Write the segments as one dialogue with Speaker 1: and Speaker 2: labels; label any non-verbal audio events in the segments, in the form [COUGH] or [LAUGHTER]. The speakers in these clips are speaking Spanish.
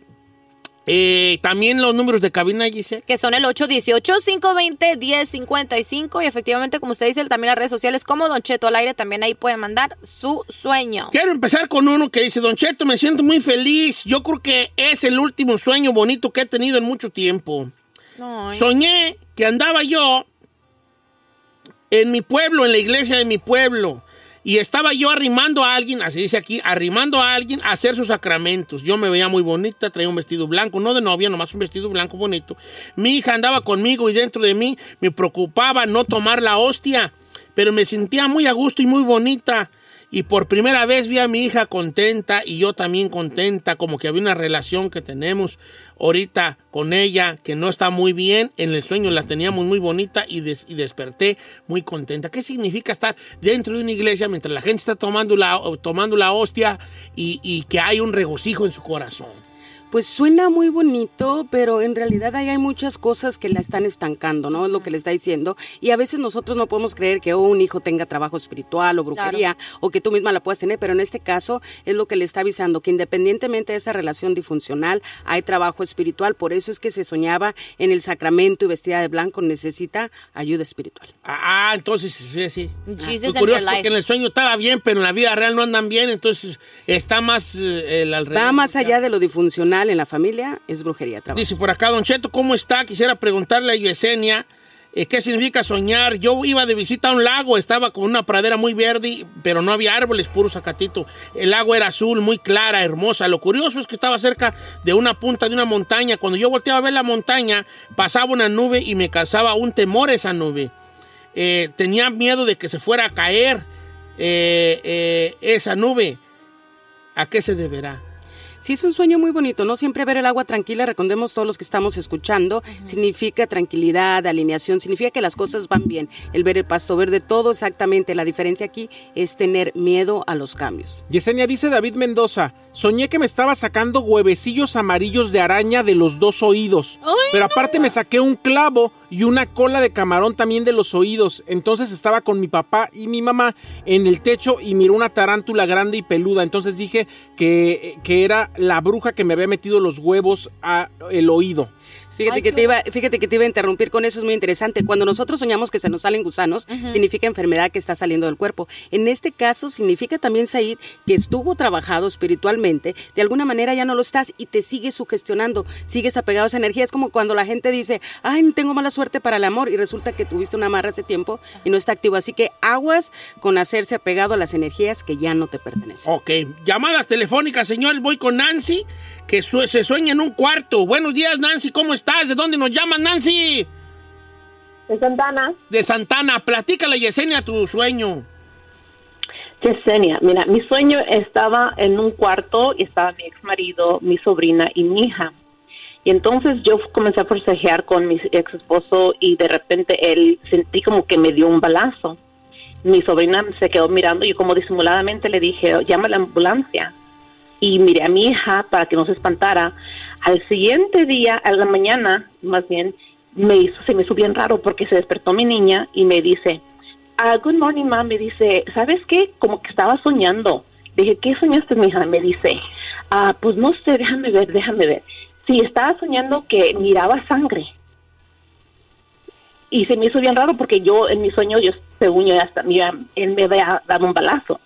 Speaker 1: eh, también los números de cabina, Giselle.
Speaker 2: que son el 818-520-1055 y efectivamente, como usted dice, también las redes sociales como Don Cheto al aire, también ahí pueden mandar su sueño.
Speaker 1: Quiero empezar con uno que dice, Don Cheto, me siento muy feliz. Yo creo que es el último sueño bonito que he tenido en mucho tiempo.
Speaker 2: Ay.
Speaker 1: Soñé que andaba yo en mi pueblo, en la iglesia de mi pueblo, y estaba yo arrimando a alguien, así dice aquí, arrimando a alguien a hacer sus sacramentos. Yo me veía muy bonita, traía un vestido blanco, no de novia, nomás un vestido blanco bonito. Mi hija andaba conmigo y dentro de mí me preocupaba no tomar la hostia, pero me sentía muy a gusto y muy bonita. Y por primera vez vi a mi hija contenta y yo también contenta, como que había una relación que tenemos ahorita con ella que no está muy bien. En el sueño la teníamos muy bonita y, des- y desperté muy contenta. ¿Qué significa estar dentro de una iglesia mientras la gente está tomando la, tomando la hostia y, y que hay un regocijo en su corazón?
Speaker 3: Pues suena muy bonito, pero en realidad ahí hay muchas cosas que la están estancando, ¿no? Es lo que le está diciendo. Y a veces nosotros no podemos creer que oh, un hijo tenga trabajo espiritual o brujería o que tú misma la puedas tener, pero en este caso es lo que le está avisando, que independientemente de esa relación disfuncional, hay trabajo espiritual. Por eso es que se soñaba en el sacramento y vestida de blanco necesita ayuda espiritual.
Speaker 1: Ah, ah, entonces sí, sí.
Speaker 2: Jesus
Speaker 1: Lo
Speaker 2: and your
Speaker 1: curioso es
Speaker 2: life.
Speaker 1: que en el sueño estaba bien, pero en la vida real no andan bien, entonces está más eh, el alrededor.
Speaker 3: Va más allá de lo disfuncional en la familia, es brujería. Trabajo.
Speaker 1: Dice por acá, Don Cheto, ¿cómo está? Quisiera preguntarle a Yesenia eh, qué significa soñar. Yo iba de visita a un lago, estaba con una pradera muy verde, pero no había árboles, puro zacatito. El agua era azul, muy clara, hermosa. Lo curioso es que estaba cerca de una punta de una montaña. Cuando yo volteaba a ver la montaña, pasaba una nube y me causaba un temor esa nube. Eh, tenía miedo de que se fuera a caer eh, eh, esa nube. ¿A qué se deberá?
Speaker 3: Sí, es un sueño muy bonito, ¿no? Siempre ver el agua tranquila, recordemos todos los que estamos escuchando, significa tranquilidad, alineación, significa que las cosas van bien. El ver el pasto verde, todo exactamente. La diferencia aquí es tener miedo a los cambios.
Speaker 4: Yesenia dice David Mendoza, soñé que me estaba sacando huevecillos amarillos de araña de los dos oídos. pero aparte me saqué un clavo y una cola de camarón también de los oídos. Entonces estaba con mi papá y mi mamá en el techo y miró una tarántula grande y peluda. Entonces dije que, que era la bruja que me había metido los huevos a el oído.
Speaker 3: Fíjate,
Speaker 2: Ay,
Speaker 3: que
Speaker 2: qué
Speaker 3: te iba, fíjate que te iba a interrumpir con eso, es muy interesante. Cuando nosotros soñamos que se nos salen gusanos, significa enfermedad que está saliendo del cuerpo. En este caso, significa también, Said, que estuvo trabajado espiritualmente, de alguna manera ya no lo estás y te sigues sugestionando, sigues apegado a esa energía. Es como cuando la gente dice, ay, tengo mala suerte para el amor y resulta que tuviste una amarra hace tiempo y no está activo. Así que aguas con hacerse apegado a las energías que ya no te
Speaker 5: Oh,
Speaker 3: pertenecen.
Speaker 1: Ok, llamadas telefónicas, señores. Voy con Nancy, que su- se sueña en un cuarto. Buenos días, Nancy, ¿cómo estás? ¿De dónde nos llamas, Nancy?
Speaker 5: De Santana,
Speaker 1: De Santana. Platícale, Yesenia, tu sueño.
Speaker 5: Yesenia, mira, mi sueño estaba en un cuarto y estaba mi ex marido, mi sobrina y mi hija. Y entonces yo comencé a forcejear con mi ex esposo y de repente él sentí como que me dio un balazo. Mi sobrina se quedó mirando y yo como disimuladamente le dije, "Oh, llama a la ambulancia. Y miré a mi hija para que no se espantara. Al siguiente día, a la mañana, más bien, me hizo, se me hizo bien raro porque se despertó mi niña y me dice, Ah, good morning, mom. Me dice, ¿sabes qué? Como que estaba soñando. Le dije, ¿qué soñaste, mija? Me dice, ah, pues no sé, déjame ver, déjame ver. Sí, estaba soñando que miraba sangre. Y se me hizo bien raro porque yo, en mi sueño, yo, según yo, hasta, mira, él me había dado un balazo.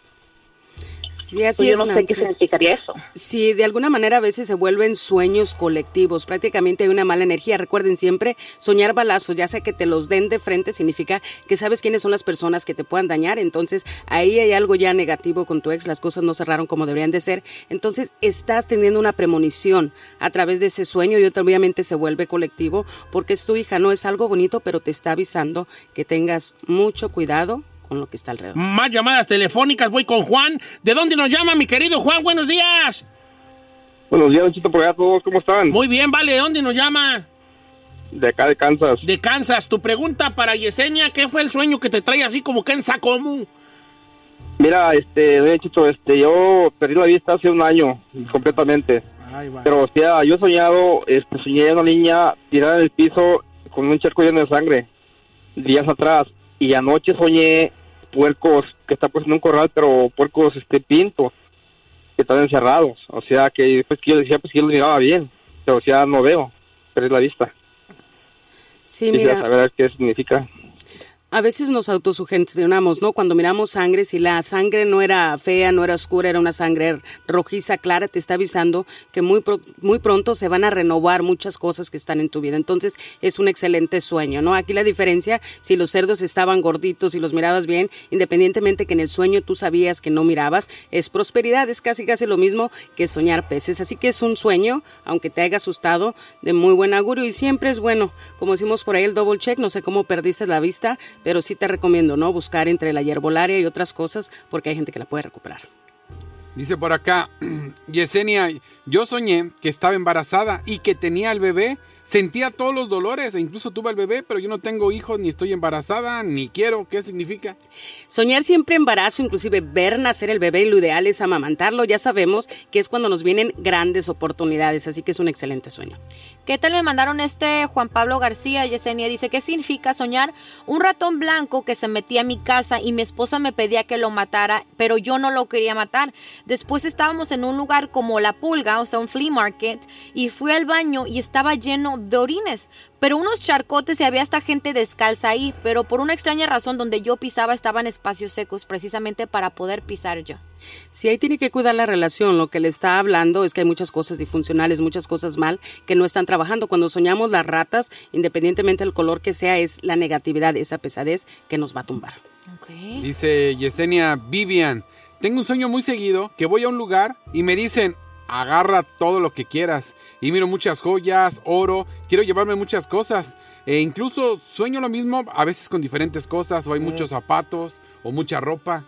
Speaker 3: Sí, así
Speaker 5: So, yo
Speaker 3: es,
Speaker 5: no sé qué
Speaker 3: Nancy.
Speaker 5: significaría eso.
Speaker 3: Sí, de alguna manera a veces se vuelven sueños colectivos. Prácticamente hay una mala energía. Recuerden siempre, soñar balazos, ya sea que te los den de frente, significa que sabes quiénes son las personas que te puedan dañar. Entonces, ahí hay algo ya negativo con tu ex. Las cosas no cerraron como deberían de ser. Entonces, estás teniendo una premonición a través de ese sueño y obviamente se vuelve colectivo porque es tu hija. No es algo bonito, pero te está avisando que tengas mucho cuidado con lo que está alrededor.
Speaker 1: Más llamadas telefónicas, voy con Juan. ¿De dónde nos llama, mi querido Juan? Buenos días.
Speaker 6: Buenos días, Chito, por allá a todos, ¿cómo están?
Speaker 1: Muy bien, vale, ¿de dónde nos llama?
Speaker 6: De acá de Kansas.
Speaker 1: De Kansas. Tu pregunta para Yesenia, ¿qué fue el sueño que te trae así como que en Sacomu?
Speaker 6: Mira, este, oye, Chito, este, yo perdí la vista hace un año, completamente.
Speaker 1: Ay, va.
Speaker 6: Pero, o sea, yo he soñado, este, soñé a una niña tirada en el piso con un charco lleno de sangre, días atrás. Y anoche soñé puercos que está puesto en un corral, pero puercos, este, pinto, que están encerrados. O sea, que, pues, que yo decía, pues, que yo los miraba bien. Pero, o sea, no veo, perdí la vista.
Speaker 3: Sí,
Speaker 6: Quisiera
Speaker 3: mira.
Speaker 6: saber qué significa.
Speaker 3: A veces nos autosugestionamos, ¿no? Cuando miramos sangre, si la sangre no era fea, no era oscura, era una sangre rojiza, clara, te está avisando que muy, pro- muy pronto se van a renovar muchas cosas que están en tu vida. Entonces, es un excelente sueño, ¿no? Aquí la diferencia, si los cerdos estaban gorditos y los mirabas bien, independientemente que en el sueño tú sabías que no mirabas, es prosperidad, es casi casi lo mismo que soñar peces. Así que es un sueño, aunque te haya asustado, de muy buen augurio y siempre es bueno. Como decimos por ahí el double check, no sé cómo perdiste la vista, pero sí te recomiendo, ¿no? Buscar entre la hierbolaria y otras cosas porque hay gente que la puede recuperar.
Speaker 7: Dice [CLEARS THROAT] por acá, Yesenia, yo soñé que estaba embarazada y que tenía al bebé Sentía todos los dolores e incluso tuve al bebé, pero yo no tengo hijos, ni estoy embarazada, ni quiero. ¿Qué significa?
Speaker 3: Soñar siempre embarazo, inclusive ver nacer el bebé, lo ideal es amamantarlo. Ya sabemos que es cuando nos vienen grandes oportunidades, así que es un excelente sueño.
Speaker 2: ¿Qué tal me mandaron este Juan Pablo García Yesenia? Dice, ¿qué significa soñar? Un ratón blanco que se metía a mi casa y mi esposa me pedía que lo matara, pero yo no lo quería matar. Después estábamos en un lugar como La Pulga, o sea, un flea market, y fui al baño y estaba lleno de orines, pero unos charcotes y había hasta gente descalza ahí, pero por una extraña razón donde yo pisaba estaban espacios secos, precisamente para poder pisar yo.
Speaker 3: Si ahí tiene que cuidar la relación, lo que le está hablando es que hay muchas cosas disfuncionales, muchas cosas mal que no están trabajando. Cuando soñamos las ratas, independientemente del color que sea, es la negatividad, esa pesadez que nos va a tumbar.
Speaker 2: [LAUGHS]
Speaker 7: Dice Yesenia Vivian, tengo un sueño muy seguido que voy a un lugar y me dicen, agarra todo lo que quieras. Y miro muchas joyas, oro, quiero llevarme muchas cosas. E incluso sueño lo mismo, a veces con diferentes cosas, o hay muchos zapatos, o mucha ropa.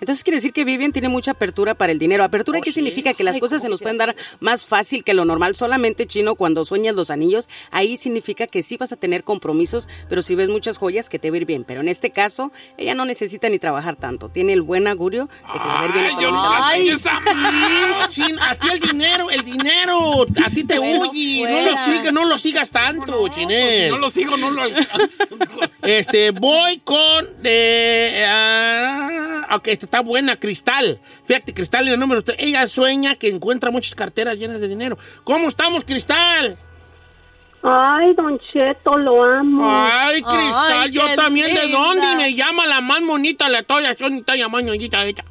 Speaker 3: Entonces quiere decir que Vivian tiene mucha apertura para el dinero. ¿Apertura qué significa? Que las cosas se nos pueden dar más fácil que lo normal. Solamente chino, cuando sueñas los anillos, ahí significa que sí vas a tener compromisos, pero si ves muchas joyas que te va a ir bien. Pero en este caso, ella no necesita ni trabajar tanto. Tiene el buen augurio de que le va a ir bien.
Speaker 1: Ay, yo no la
Speaker 3: económicamente.
Speaker 1: sé esa madre. Chin, A ti el dinero, el dinero, a ti te
Speaker 4: Pero
Speaker 1: huye. No
Speaker 4: fuera.
Speaker 1: lo sigas, no lo sigas tanto, Chinel.
Speaker 7: Pues si no lo sigo, no lo alcanzo.
Speaker 1: [LAUGHS] este, voy con. Eh, ah, ok, esta está buena, Cristal. Fíjate, Cristal en el número tres. Ella sueña que encuentra muchas carteras llenas de dinero. ¿Cómo estamos, Cristal?
Speaker 5: Ay, Don Cheto, lo amo.
Speaker 1: Ay, Cristal, yo también. ¿De dónde? Me llama la más bonita, la toya, yo ni está llamando, ni está hecha.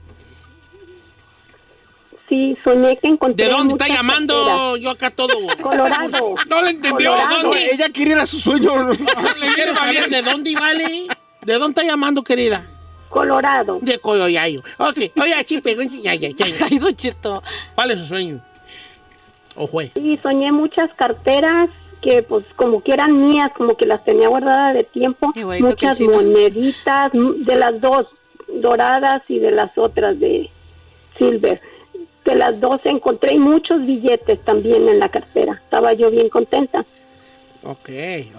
Speaker 5: Sí, soñé que encontré
Speaker 1: ¿De dónde está
Speaker 5: muchas
Speaker 1: llamando?
Speaker 5: carteras.
Speaker 1: Yo acá todo.
Speaker 5: Colorado.
Speaker 1: [LAUGHS] No le entendió.
Speaker 5: Colorado.
Speaker 1: ¿Dónde?
Speaker 4: Ella quiere ir a su sueño.
Speaker 1: Le quiero saber ¿De dónde, vale? ¿De dónde está llamando, querida?
Speaker 5: Colorado.
Speaker 1: De Coyoyayo. Ok, oye, chipe, güey, ya, ya, ya. ya. ¿Cuál es su sueño? O fue.
Speaker 5: Sí, soñé muchas carteras que pues como que eran mías, como que las tenía guardadas de tiempo,
Speaker 3: bonito que
Speaker 5: muchas
Speaker 3: el chino.
Speaker 5: moneditas m- de las dos doradas y de las otras de silver. De las dos encontré y muchos billetes también en la cartera. Estaba yo bien contenta.
Speaker 1: Ok.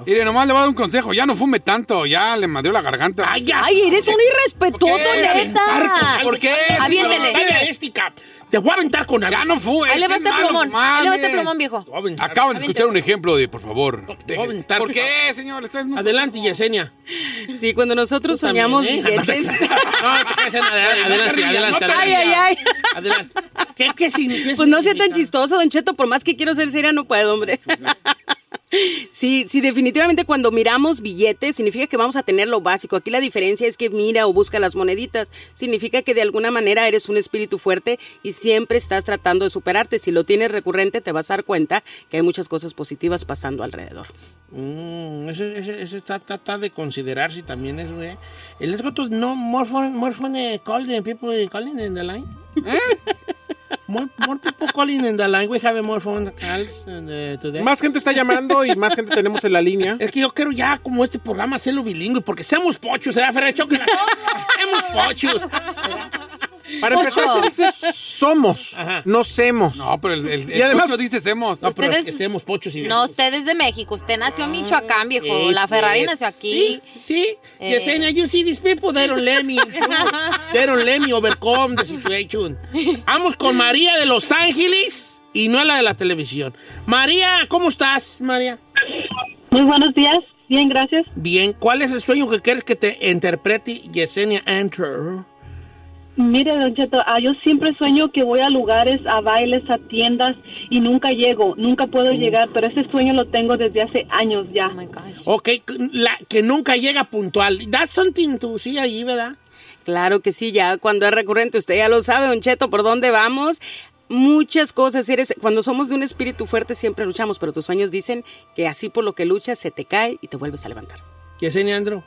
Speaker 7: Mire, nomás le voy a dar un consejo. Ya no fume tanto. Ya le madrió la garganta.
Speaker 1: ¡Ay, ya!
Speaker 2: Ay, eres un irrespetuoso, neta.
Speaker 7: ¿Por qué?
Speaker 2: Aviéntele.
Speaker 1: Dale a este, cap. Te voy a aventar con algo.
Speaker 7: Ya no fumes.
Speaker 2: Ahí le va
Speaker 7: es
Speaker 2: este
Speaker 7: malo
Speaker 2: plumón.
Speaker 7: fumar,
Speaker 2: Ahí le va este
Speaker 7: mire.
Speaker 2: plumón, viejo.
Speaker 7: Acaban de escuchar un ejemplo de, por favor.
Speaker 1: Te voy a aventar.
Speaker 7: ¿Por qué, señor? Ustedes no-
Speaker 1: Adelante, Yesenia.
Speaker 3: Sí, cuando nosotros soñamos
Speaker 1: También, ¿eh?
Speaker 3: billetes.
Speaker 1: [LAUGHS] No, no te creas, adelante, adelante, adelante.
Speaker 3: Ay, ay, ay.
Speaker 1: Adelante. ¿Qué, qué significa?
Speaker 3: Pues no sea tan chistoso, Don Cheto, por más que quiero ser seria, no puedo, hombre. [LAUGHS] Sí, sí, definitivamente cuando miramos billetes significa que vamos a tener lo básico. Aquí la diferencia es que mira o busca las moneditas. Significa que de alguna manera eres un espíritu fuerte y siempre estás tratando de superarte. Si lo tienes recurrente te vas a dar cuenta que hay muchas cosas positivas pasando alrededor.
Speaker 1: Mm, eso, eso, eso está, está- está de considerarse también eso, eh. El esgoto no more fun, more fun eh, calling people eh, calling in the line. More, more people calling in the line. We have more fun calls eh, today.
Speaker 4: Más gente está llamando y más gente tenemos en la línea.
Speaker 1: Es que yo quiero ya como este programa hacerlo bilingüe porque seamos pochos, ¿verdad, Ferrer? Choque la- Seamos pochos.
Speaker 4: Para empezar, se dice somos,
Speaker 1: Ajá.
Speaker 4: no semos.
Speaker 7: No, pero el, el,
Speaker 4: Y además-
Speaker 7: lo dice Semos.
Speaker 1: No, pero es que
Speaker 2: Ustedes-
Speaker 1: seamos pochos y
Speaker 2: No, usted es de México. Usted nació en Michoacán, viejo.
Speaker 1: Eh,
Speaker 2: la Ferrari
Speaker 1: pues,
Speaker 2: nació aquí.
Speaker 1: Sí, sí.
Speaker 2: Eh.
Speaker 1: Yesenia, you see these people, they don't
Speaker 2: [LAUGHS]
Speaker 1: let me. they don't let me overcome the situation. Vamos con María de Los Ángeles y no a la de la televisión. María, ¿cómo estás, María?
Speaker 5: Muy buenos días. Bien, gracias.
Speaker 1: Bien, ¿cuál es el sueño que quieres que te interprete Yesenia Enter?
Speaker 5: Mire, Don Cheto, ah, yo siempre sueño que voy a lugares, a bailes, a tiendas y nunca llego, nunca puedo llegar, pero ese sueño lo tengo desde hace años ya.
Speaker 2: Oh my gosh.
Speaker 1: Ok, la que nunca llega puntual. That's something to see ahí, ¿verdad?
Speaker 3: Claro que sí, ya cuando es recurrente, usted ya lo sabe, Don Cheto, por dónde vamos. Muchas cosas eres, cuando somos de un espíritu fuerte siempre luchamos, pero tus sueños dicen que así por lo que luchas se te cae y te vuelves a levantar.
Speaker 1: Yesenia Andro.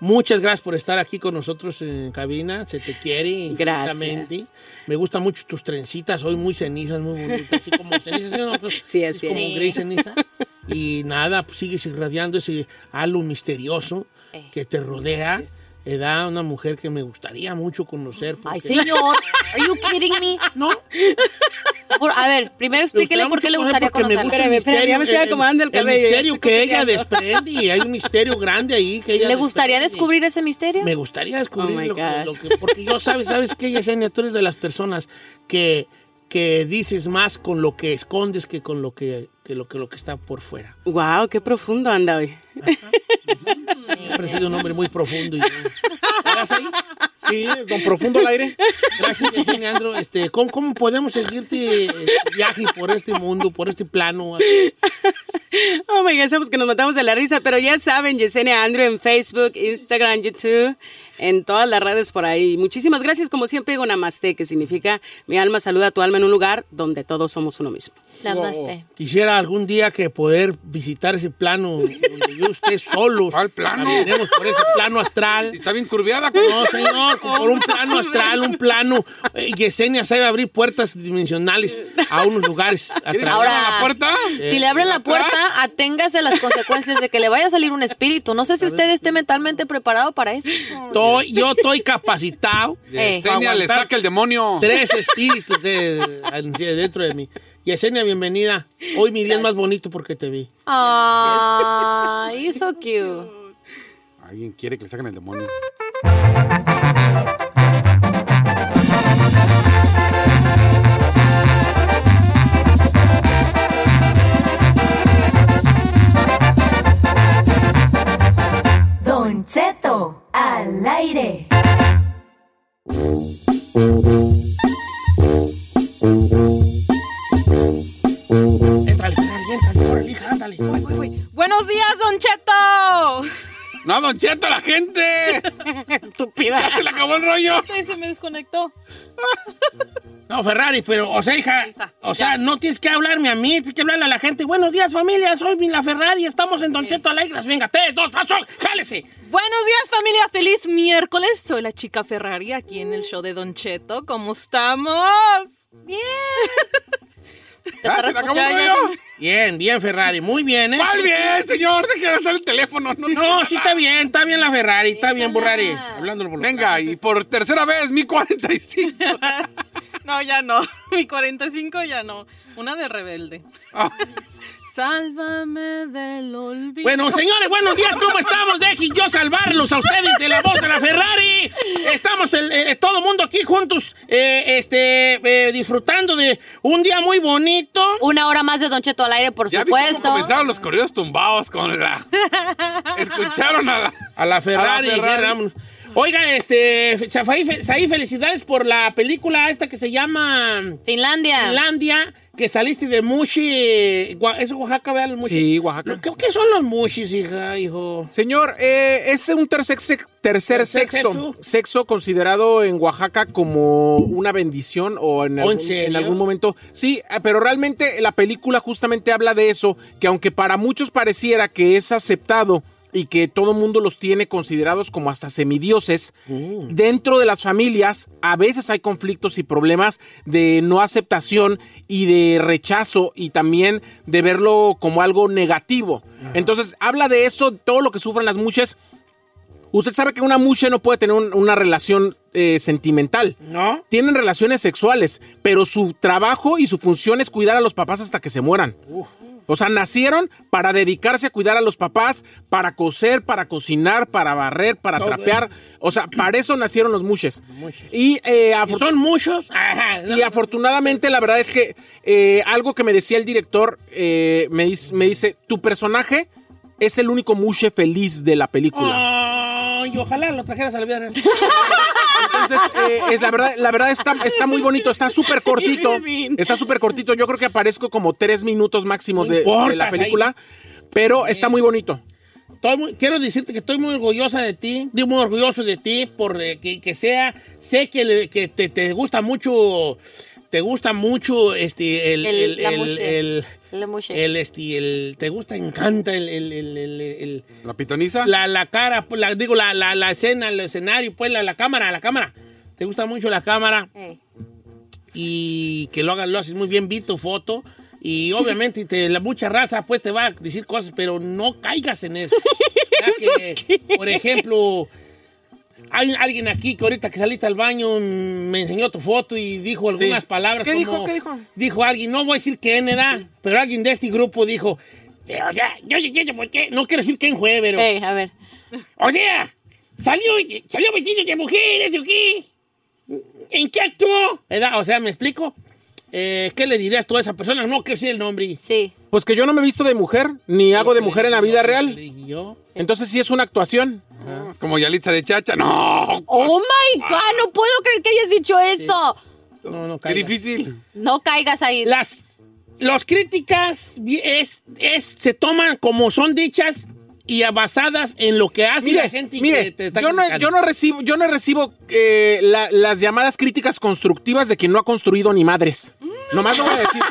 Speaker 1: Muchas gracias por estar aquí con nosotros en cabina. Se te quiere.
Speaker 3: Gracias.
Speaker 1: infinitamente. Me gustan mucho tus trencitas. Hoy muy cenizas, muy bonitas.
Speaker 2: [LAUGHS]
Speaker 1: Así como cenizas. ¿sí o no? Pues,
Speaker 3: Sí, así
Speaker 1: es como
Speaker 3: es.
Speaker 1: gris ceniza. Y nada, pues sigues irradiando ese halo misterioso
Speaker 2: Eh,
Speaker 1: que te rodea. Edad, una mujer que me gustaría mucho conocer.
Speaker 2: Ay, [LAUGHS]
Speaker 1: porque-
Speaker 2: señor. Are you kidding me?
Speaker 1: No.
Speaker 2: Por- a ver, primero explíquele por qué le gustaría conocerla.
Speaker 1: El misterio que ella desprende y hay un misterio grande ahí
Speaker 2: [LAUGHS]
Speaker 1: que ella
Speaker 2: ¿Le gustaría
Speaker 1: desprende.
Speaker 2: descubrir ese misterio?
Speaker 1: Me gustaría descubrir
Speaker 2: Oh my
Speaker 1: lo, que,
Speaker 2: God.
Speaker 1: lo que- Porque yo, ¿sabes? ¿Sabes que Yesenia? Tú eres de las personas que, que dices más con lo que escondes que con lo que, que lo, que lo que está por fuera.
Speaker 3: Wow, qué profundo anda hoy. [LAUGHS]
Speaker 1: Siempre he sido un hombre muy profundo. Y, ¿Estás ahí?
Speaker 4: Sí, don profundo al
Speaker 5: [LAUGHS]
Speaker 4: aire.
Speaker 1: Gracias, Yesenia Andro. Este, ¿cómo, cómo podemos seguirte eh, viaje por este mundo, por este plano?
Speaker 3: Oh my God, sabemos que nos matamos de la risa, pero ya saben, Yesenia Andrew en Facebook, Instagram, YouTube, en todas las redes por ahí. Muchísimas gracias, como siempre digo, Namaste, que significa mi alma saluda a tu alma en un lugar donde todos somos uno mismo.
Speaker 2: Namaste.
Speaker 1: Quisiera algún día que poder visitar ese plano donde yo esté solo. ¿Cuál plano? Caminemos por ese plano astral. Está bien curviada. No, señor, por un plano astral, un plano. Eh, Yesenia sabe abrir puertas dimensionales a unos lugares.
Speaker 2: Ahora, si le abren la puerta, aténgase a las consecuencias de que le vaya a salir un espíritu. No sé si usted esté mentalmente preparado para eso.
Speaker 1: Estoy- yo estoy capacitado.
Speaker 2: Eh. Yesenia,
Speaker 1: para
Speaker 7: le
Speaker 1: aguantar
Speaker 7: saca el demonio.
Speaker 1: Tres espíritus de- de- dentro de mí. Yesenia, bienvenida. Hoy mi día es más bonito porque te vi.
Speaker 2: Ay, so cute.
Speaker 7: Alguien quiere que le saquen el demonio.
Speaker 8: Don Cheto al aire.
Speaker 9: Buenos días, Don Cheto.
Speaker 7: ¡No, Don Cheto, la gente!
Speaker 9: Estúpida.
Speaker 7: Ya se le acabó el rollo.
Speaker 9: Ay, Se me desconectó.
Speaker 1: No, Ferrari, pero, o sea, hija, o sea, no tienes que hablarme a mí, tienes que hablarle a la gente. Buenos días, familia, soy Mila Ferrari, estamos en Don Cheto Alegras. Venga, tres, dos, pasos, jálese.
Speaker 9: [LAUGHS] Buenos días, familia. Feliz miércoles. Soy la chica Ferrari aquí en el show de Don Cheto. ¿Cómo estamos? Bien.
Speaker 1: Bien, bien, Ferrari, muy bien, ¿eh?
Speaker 7: ¿Cuál bien, señor? Deje de estar el teléfono. No,
Speaker 1: No, sí está bien, está bien la Ferrari, está bien, Burrari. Hablándolo por
Speaker 7: [LAUGHS] Venga, y por tercera vez, mi 45.
Speaker 9: No, ya no. [LAUGHS] Mi 45 ya no. Una de rebelde. Sálvame del olvido.
Speaker 1: Bueno, señores, buenos días, ¿cómo estamos? Dejen yo salvarlos a ustedes de la voz de la Ferrari. Estamos el- el- todo el mundo aquí juntos, eh, este, eh, disfrutando de un día muy bonito.
Speaker 2: Una hora más de Don Cheto al aire, por
Speaker 7: Ya vi cómo
Speaker 2: supuesto.
Speaker 7: comenzaron los corridos tumbados con la... Escucharon a la...
Speaker 1: A la Ferrari.
Speaker 7: A la Ferrari.
Speaker 1: dijeron, vámonos. Oiga, este, Saí, felicidades por la película esta que se llama
Speaker 2: Finlandia.
Speaker 1: Finlandia, que saliste de Mushi. Gua- ¿Es Oaxaca, vea los Mushi?
Speaker 4: Sí, Oaxaca.
Speaker 1: ¿Qué, qué son los Mushis, hija, hijo?
Speaker 4: Señor, eh, es un tercer, sec- tercer
Speaker 1: ¿Tercer
Speaker 4: sexo,
Speaker 1: sexo?
Speaker 4: sexo. considerado en Oaxaca como una bendición o en
Speaker 1: ¿En
Speaker 4: algún,
Speaker 1: serio?
Speaker 4: en algún momento. Sí, eh, pero realmente la película justamente habla de eso, que aunque para muchos pareciera que es aceptado y que todo el mundo los tiene considerados como hasta semidioses, dentro de las familias a veces hay conflictos y problemas de no aceptación y de rechazo y también de verlo como algo negativo. Entonces habla de eso, todo lo que sufren las muchas. Usted sabe que una mucha no puede tener un- una relación eh, sentimental.
Speaker 1: No.
Speaker 4: Tienen relaciones sexuales, pero su trabajo y su función es cuidar a los papás hasta que se mueran. O sea, nacieron para dedicarse a cuidar a los papás, para coser, para cocinar, para barrer, para
Speaker 1: Todo.
Speaker 4: trapear. O sea, para eso nacieron los muches. Y, eh, afor-
Speaker 1: ¿Son muchos?
Speaker 4: y afortunadamente, la verdad es que eh, algo que me decía el director, eh, me, dis- me dice, tu personaje es el único mushe feliz de la película.
Speaker 1: Ay, ojalá lo trajeras a la vida real.
Speaker 4: Entonces, eh, es la verdad, la verdad está, está muy bonito, está súper cortito. Está súper cortito. Yo creo que aparezco como tres minutos máximo
Speaker 1: No
Speaker 4: de, de
Speaker 1: importa,
Speaker 4: la
Speaker 1: ahí.
Speaker 4: película. Pero está muy bonito.
Speaker 1: Estoy muy- quiero decirte que estoy muy orgullosa de ti, estoy muy orgulloso de ti por eh, que, que sea, sé que, le- que te, te gusta mucho, te gusta mucho este el,
Speaker 2: El-
Speaker 1: el-
Speaker 2: la
Speaker 1: el-
Speaker 2: mushe.
Speaker 1: el-
Speaker 2: Le muche.
Speaker 1: el, este, el- te gusta, encanta el, el- el- el- el-
Speaker 7: ¿La pitoniza?
Speaker 1: la, la cara, pues, la, digo, la, la, la escena, el escenario, pues la, la cámara, la cámara. Te gusta mucho la cámara
Speaker 2: Ey.
Speaker 1: y que lo hagas, lo haces muy bien, vi tu foto. Y obviamente te, la mucha raza pues te va a decir
Speaker 4: [LAUGHS]
Speaker 1: cosas, pero no caigas en eso. Ya que, por ejemplo, Hay alguien aquí que ahorita que saliste al baño mm, me enseñó tu foto y dijo algunas palabras.
Speaker 4: ¿Qué dijo?
Speaker 1: como-
Speaker 4: ¿Qué dijo?
Speaker 1: Dijo alguien, no voy a decir quién era, pero alguien de este grupo dijo, pero ya, yo llegué, yo, ¿por qué? No quiero decir quién fue, pero...
Speaker 2: Ey, a ver.
Speaker 1: O sea, salió, salió vestido de mujer, ¿eso qué? ¿En qué actuó? ¿Verdad? O sea, ¿me explico? Eh, ¿Qué le dirías tú a esa persona? No quiero decir el nombre.
Speaker 2: Sí.
Speaker 4: Pues que yo no me he visto de mujer, ni hago de mujer en la vida real.
Speaker 1: Yo.
Speaker 4: Entonces sí es una actuación.
Speaker 7: Ah, Como Yalitza de Chacha, no.
Speaker 2: Oh my God, no puedo creer que hayas dicho eso.
Speaker 1: No, no,
Speaker 7: Qué difícil.
Speaker 2: No caigas ahí. [LAUGHS]
Speaker 1: Las los críticas vi- es, es, se toman como son dichas y basadas en lo que hace la gente
Speaker 4: mire,
Speaker 1: que te está
Speaker 4: yo, no,
Speaker 1: criticando.
Speaker 4: yo no recibo, yo no recibo eh, la- las llamadas críticas constructivas de quien no ha construido ni madres.
Speaker 1: Mm.
Speaker 4: Nomás no voy a decir.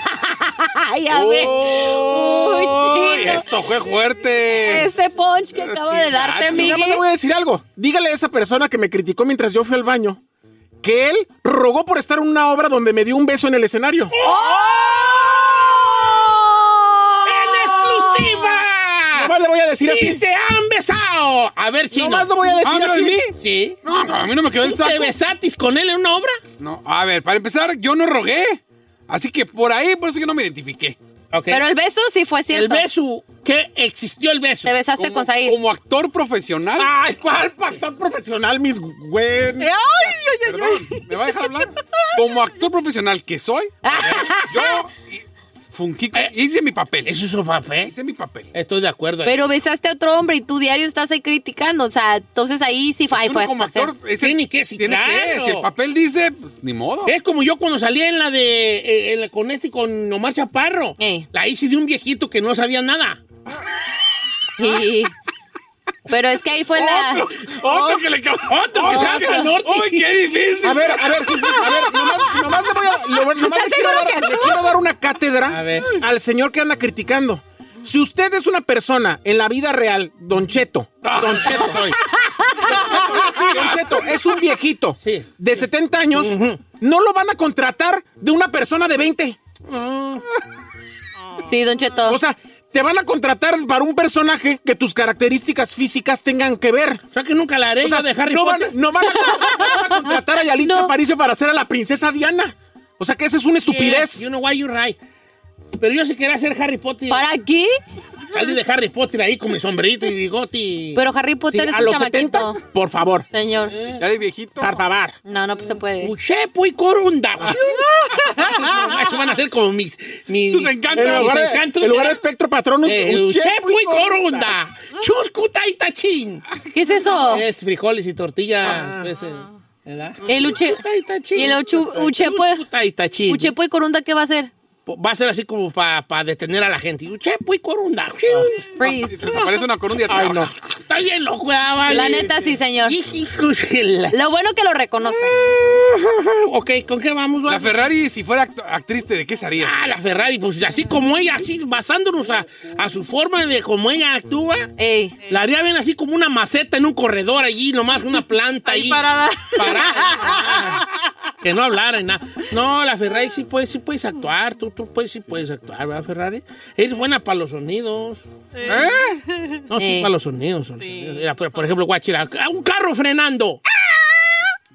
Speaker 2: ya ve. Uy,
Speaker 7: Uy,
Speaker 2: chino.
Speaker 7: esto fue fuerte.
Speaker 2: Ese punch que acabo de darte,
Speaker 4: Yo nada más le
Speaker 2: Miguel.
Speaker 4: voy a decir algo. Dígale a esa persona que me criticó mientras yo fui al baño que él rogó por estar en una obra donde me dio un beso en el escenario.
Speaker 1: ¡En exclusiva!
Speaker 2: Ah,
Speaker 4: Nomás le voy a decir
Speaker 1: ¡Sí
Speaker 4: así.
Speaker 1: se han besado! A ver, chino.
Speaker 4: Nomás lo voy a decir
Speaker 1: ¿Hablas
Speaker 4: así.
Speaker 1: de mí? Sí.
Speaker 7: No, a mí no me quedó el
Speaker 1: ¿Tú te
Speaker 7: saco.
Speaker 1: besatis con él en una obra?
Speaker 7: No, a ver, para empezar, yo no rogué. Así que por ahí, por eso que no me identifiqué.
Speaker 1: Ok.
Speaker 2: Pero el beso sí fue
Speaker 1: el
Speaker 2: cierto.
Speaker 1: beso, ¿qué existió el beso?
Speaker 2: Te besaste
Speaker 7: Como-
Speaker 2: con Said.
Speaker 7: Como actor profesional.
Speaker 4: Ay, ¿cuál pactón profesional, mis güey?
Speaker 9: ¡Ay, ay, ay, ay!
Speaker 7: Perdón, ¿me va a dejar hablar? Como actor profesional que soy,
Speaker 2: Ah,
Speaker 4: [LAUGHS]
Speaker 7: yo fungí, hice mi papel.
Speaker 1: ¿Eso es un papel?
Speaker 7: Hice mi papel.
Speaker 1: Estoy de acuerdo.
Speaker 2: Pero besaste a otro hombre y tu diario estás ahí criticando. O sea, entonces ahí
Speaker 4: Pues
Speaker 2: sí fue. ahí
Speaker 7: Uno
Speaker 2: fue
Speaker 7: como actor es el-
Speaker 1: Tiene que, sí,
Speaker 7: tiene que,
Speaker 1: claro.
Speaker 7: si el papel dice, pues, ni modo.
Speaker 1: Es como yo cuando salí en la de. eh, en la- con este, con Omar Chaparro.
Speaker 2: Eh.
Speaker 1: La hice de un viejito que no sabía nada.
Speaker 2: Sí. Pero es que ahí fue [LAUGHS] la.
Speaker 7: Otro que le ca-
Speaker 1: Otro que sabe al norte.
Speaker 7: ¡Uy, qué difícil!
Speaker 4: A ver, a ver, a ver, nomás, nomás le voy a. le voy- nomás
Speaker 2: ¿Estás
Speaker 4: le quiero
Speaker 2: seguro
Speaker 4: dar,
Speaker 2: que
Speaker 4: le
Speaker 2: no?
Speaker 4: quiero dar una cátedra
Speaker 1: A ver.
Speaker 4: al señor que anda criticando. Si usted es una persona en la vida real, Don Cheto, Don Cheto, Don Cheto es un viejito
Speaker 1: Sí.
Speaker 4: de 70 años,
Speaker 1: Ujú.
Speaker 4: no lo van a contratar de una persona de 20.
Speaker 2: Sí, Don Cheto.
Speaker 4: O sea, te van a contratar para un personaje que tus características físicas tengan que ver.
Speaker 1: O sea que nunca la haré
Speaker 4: O sea,
Speaker 1: yo de Harry
Speaker 4: no, van,
Speaker 1: Potter.
Speaker 4: no van a, no van a
Speaker 1: [LAUGHS]
Speaker 4: contratar a Yalitza Aparicio para hacer a la princesa Diana. O sea que esa es una estupidez.
Speaker 1: You know why you're right. Pero yo sí quería ser Harry Potter.
Speaker 2: ¿Para qué?
Speaker 1: Salí de Harry Potter ahí con mi sombrerito y bigote. y-
Speaker 2: Pero Harry
Speaker 4: Sí,
Speaker 2: Potter es
Speaker 4: a
Speaker 2: un
Speaker 4: los
Speaker 2: chamaquito.
Speaker 4: 70, por favor,
Speaker 2: Señor.
Speaker 7: Ya de viejito.
Speaker 4: por favor.
Speaker 7: [LAUGHS]
Speaker 2: No, no se puede.
Speaker 1: Uchepo pues, y corunda. No, Eso van a ser como mis. mis
Speaker 7: Tus
Speaker 1: mis-
Speaker 7: encantos.
Speaker 1: mis
Speaker 4: En lugar, de-
Speaker 1: encantos,
Speaker 4: en lugar de
Speaker 1: ¿verdad?
Speaker 4: espectro patronus,
Speaker 1: Eh,
Speaker 4: un
Speaker 1: Uchepo y
Speaker 4: corunda.
Speaker 1: corunda. Chuscuta y tachín.
Speaker 2: ¿Qué es eso?
Speaker 1: Es frijoles y tortilla. pues, eh, ¿Verdad?
Speaker 2: Ah. El uche-
Speaker 1: Chuscuta y tachín.
Speaker 2: y el uchu- uchepo-
Speaker 1: Chuscuta y tachín.
Speaker 2: Uchepo y Corunda, ¿qué va a hacer?
Speaker 1: Pues, Va a ser así como para detener a la gente. Uchepo y corunda.
Speaker 2: Freeze.
Speaker 7: Se Desaparece una corona un día.
Speaker 4: Ay, no.
Speaker 1: Está bien loco, ya, vale.
Speaker 2: Ah. La neta, sí, señor.
Speaker 1: Hijos de la-
Speaker 2: Lo bueno que lo reconoce.
Speaker 1: [LAUGHS] Ok, ¿con qué vamos?
Speaker 7: La
Speaker 1: vale?
Speaker 7: Ferrari, si fuera act- actriz, ¿de qué sería?
Speaker 1: Ah, la Ferrari, pues así como ella, así basándonos a, a su forma de cómo ella actúa,
Speaker 2: Ey.
Speaker 1: la haría bien así como una maceta en un corredor allí, nomás una planta
Speaker 9: Ahí
Speaker 1: ahí.
Speaker 9: parada.
Speaker 1: Parada, ahí, ah, que no hablara y nada. No, la Ferrari sí puedes, sí puedes actuar, tú, tú puedes, sí puedes actuar, ¿verdad, Ferrari? Eres buena para los sonidos.
Speaker 7: ¿Eh?
Speaker 1: No, sí,
Speaker 2: Sí.
Speaker 1: para los sonidos. son los sonidos. Mira, por, por ejemplo, guachira, ¡ah, un carro frenando.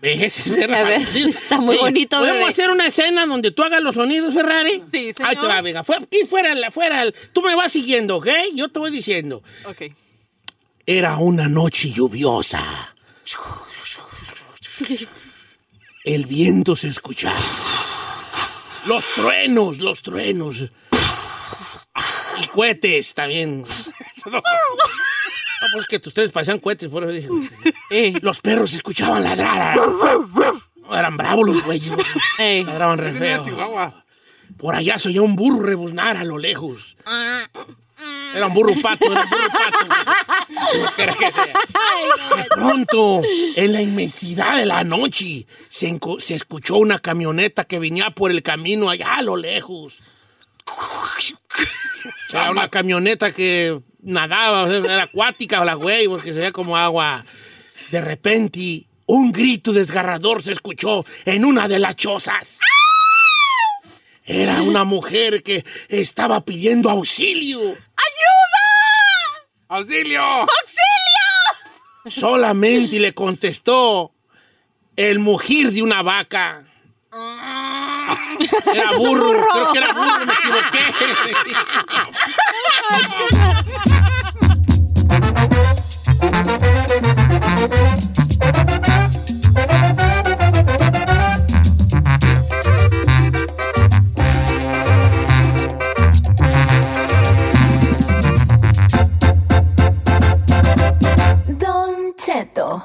Speaker 1: ¿Ves? Es Ferrari.
Speaker 2: A ver, está muy
Speaker 1: Oye,
Speaker 2: bonito,
Speaker 1: ¿Podemos
Speaker 2: bebé.
Speaker 1: hacer una escena donde tú hagas los sonidos, Ferrari?
Speaker 9: Sí, señor.
Speaker 1: Ahí te va, venga. Fuera, aquí fuera, la- fuera. el- Tú me vas siguiendo, ¿ok? Yo te voy diciendo.
Speaker 9: Ok.
Speaker 1: Era una noche lluviosa. El viento se escuchaba. Los truenos, los truenos. Y cohetes también. No, pues que ustedes pasan cohetes, por eso dije.
Speaker 2: Ey.
Speaker 1: Los perros escuchaban ladrar. Eran bravos los güeyes.
Speaker 2: Ey.
Speaker 1: Ladraban re
Speaker 7: Tenía
Speaker 1: feo.
Speaker 7: Chihuahua.
Speaker 1: Por allá se oía un burro rebuznar a lo lejos. Era un burro pato, era un burro pato. güey. Lo que era que sea. De pronto, en la inmensidad de la noche, se, enco- se escuchó una camioneta que venía por el camino allá a lo lejos. Era una camioneta que nadaba, o sea, era acuática la güey, porque se veía como agua. De repente, un grito desgarrador se escuchó en una de las chozas. ¡Ah! Era una mujer que estaba pidiendo auxilio.
Speaker 7: ¡Auxilio!
Speaker 1: Solamente y le contestó el mugir de una vaca. Ah. Era
Speaker 10: es un
Speaker 1: burro,
Speaker 10: burro.
Speaker 1: creo que era burro, me equivoqué.
Speaker 8: Don Cheto.